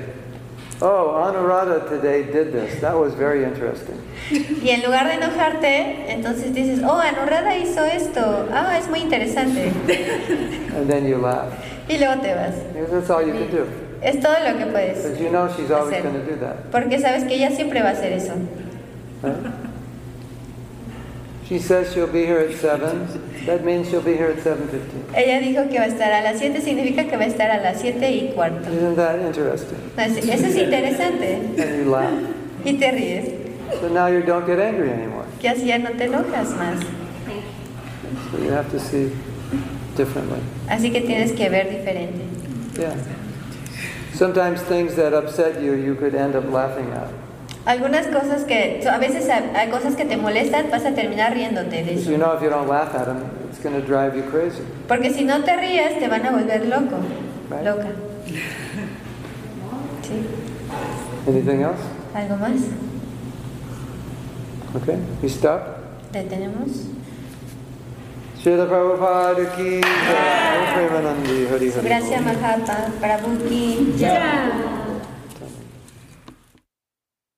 Speaker 1: Oh, Anuradha today did this. That was very interesting.
Speaker 2: Y en lugar de enojarte, entonces dices, oh, Anurada hizo esto. Ah, es muy interesante.
Speaker 1: And then you laugh.
Speaker 2: Y luego te vas.
Speaker 1: Because that's all you can do.
Speaker 2: Es todo lo que
Speaker 1: Because
Speaker 2: puedes.
Speaker 1: you know she's always
Speaker 2: Hacer.
Speaker 1: going to do that.
Speaker 2: Porque sabes que ella siempre va a hacer eso.
Speaker 1: right? She says she'll be here at 7. That means she'll be here at 7.15.
Speaker 2: Ella dijo que va a estar a las 7, significa que va a estar a las 7 y cuarto.
Speaker 1: Isn't that interesting?
Speaker 2: No, es- Eso es interesante.
Speaker 1: And you laugh.
Speaker 2: Y te ríes.
Speaker 1: So now you don't get angry anymore.
Speaker 2: Que así ya no te enojas más.
Speaker 1: So you have to see differently.
Speaker 2: Así que tienes que ver diferente.
Speaker 1: Yeah. Sometimes things that upset you, you could end up laughing at.
Speaker 2: Algunas cosas que, so, a veces a- hay cosas que te molestan, vas a terminar riéndote de
Speaker 1: Because you
Speaker 2: eso.
Speaker 1: know if you don't laugh at them, it's going to drive you crazy.
Speaker 2: Porque si no te ríes, te van a volver loco.
Speaker 1: Right.
Speaker 2: Loca. Sí.
Speaker 1: Anything else?
Speaker 2: ¿Algo más?
Speaker 1: Okay, we stop.
Speaker 2: ¿Detenemos?
Speaker 1: Srila Prabhupada ki jai. Om Premanandi, Hari Hari.
Speaker 2: Gracias,
Speaker 1: Om.
Speaker 2: Mahapa, Prabhuki.
Speaker 7: Ya.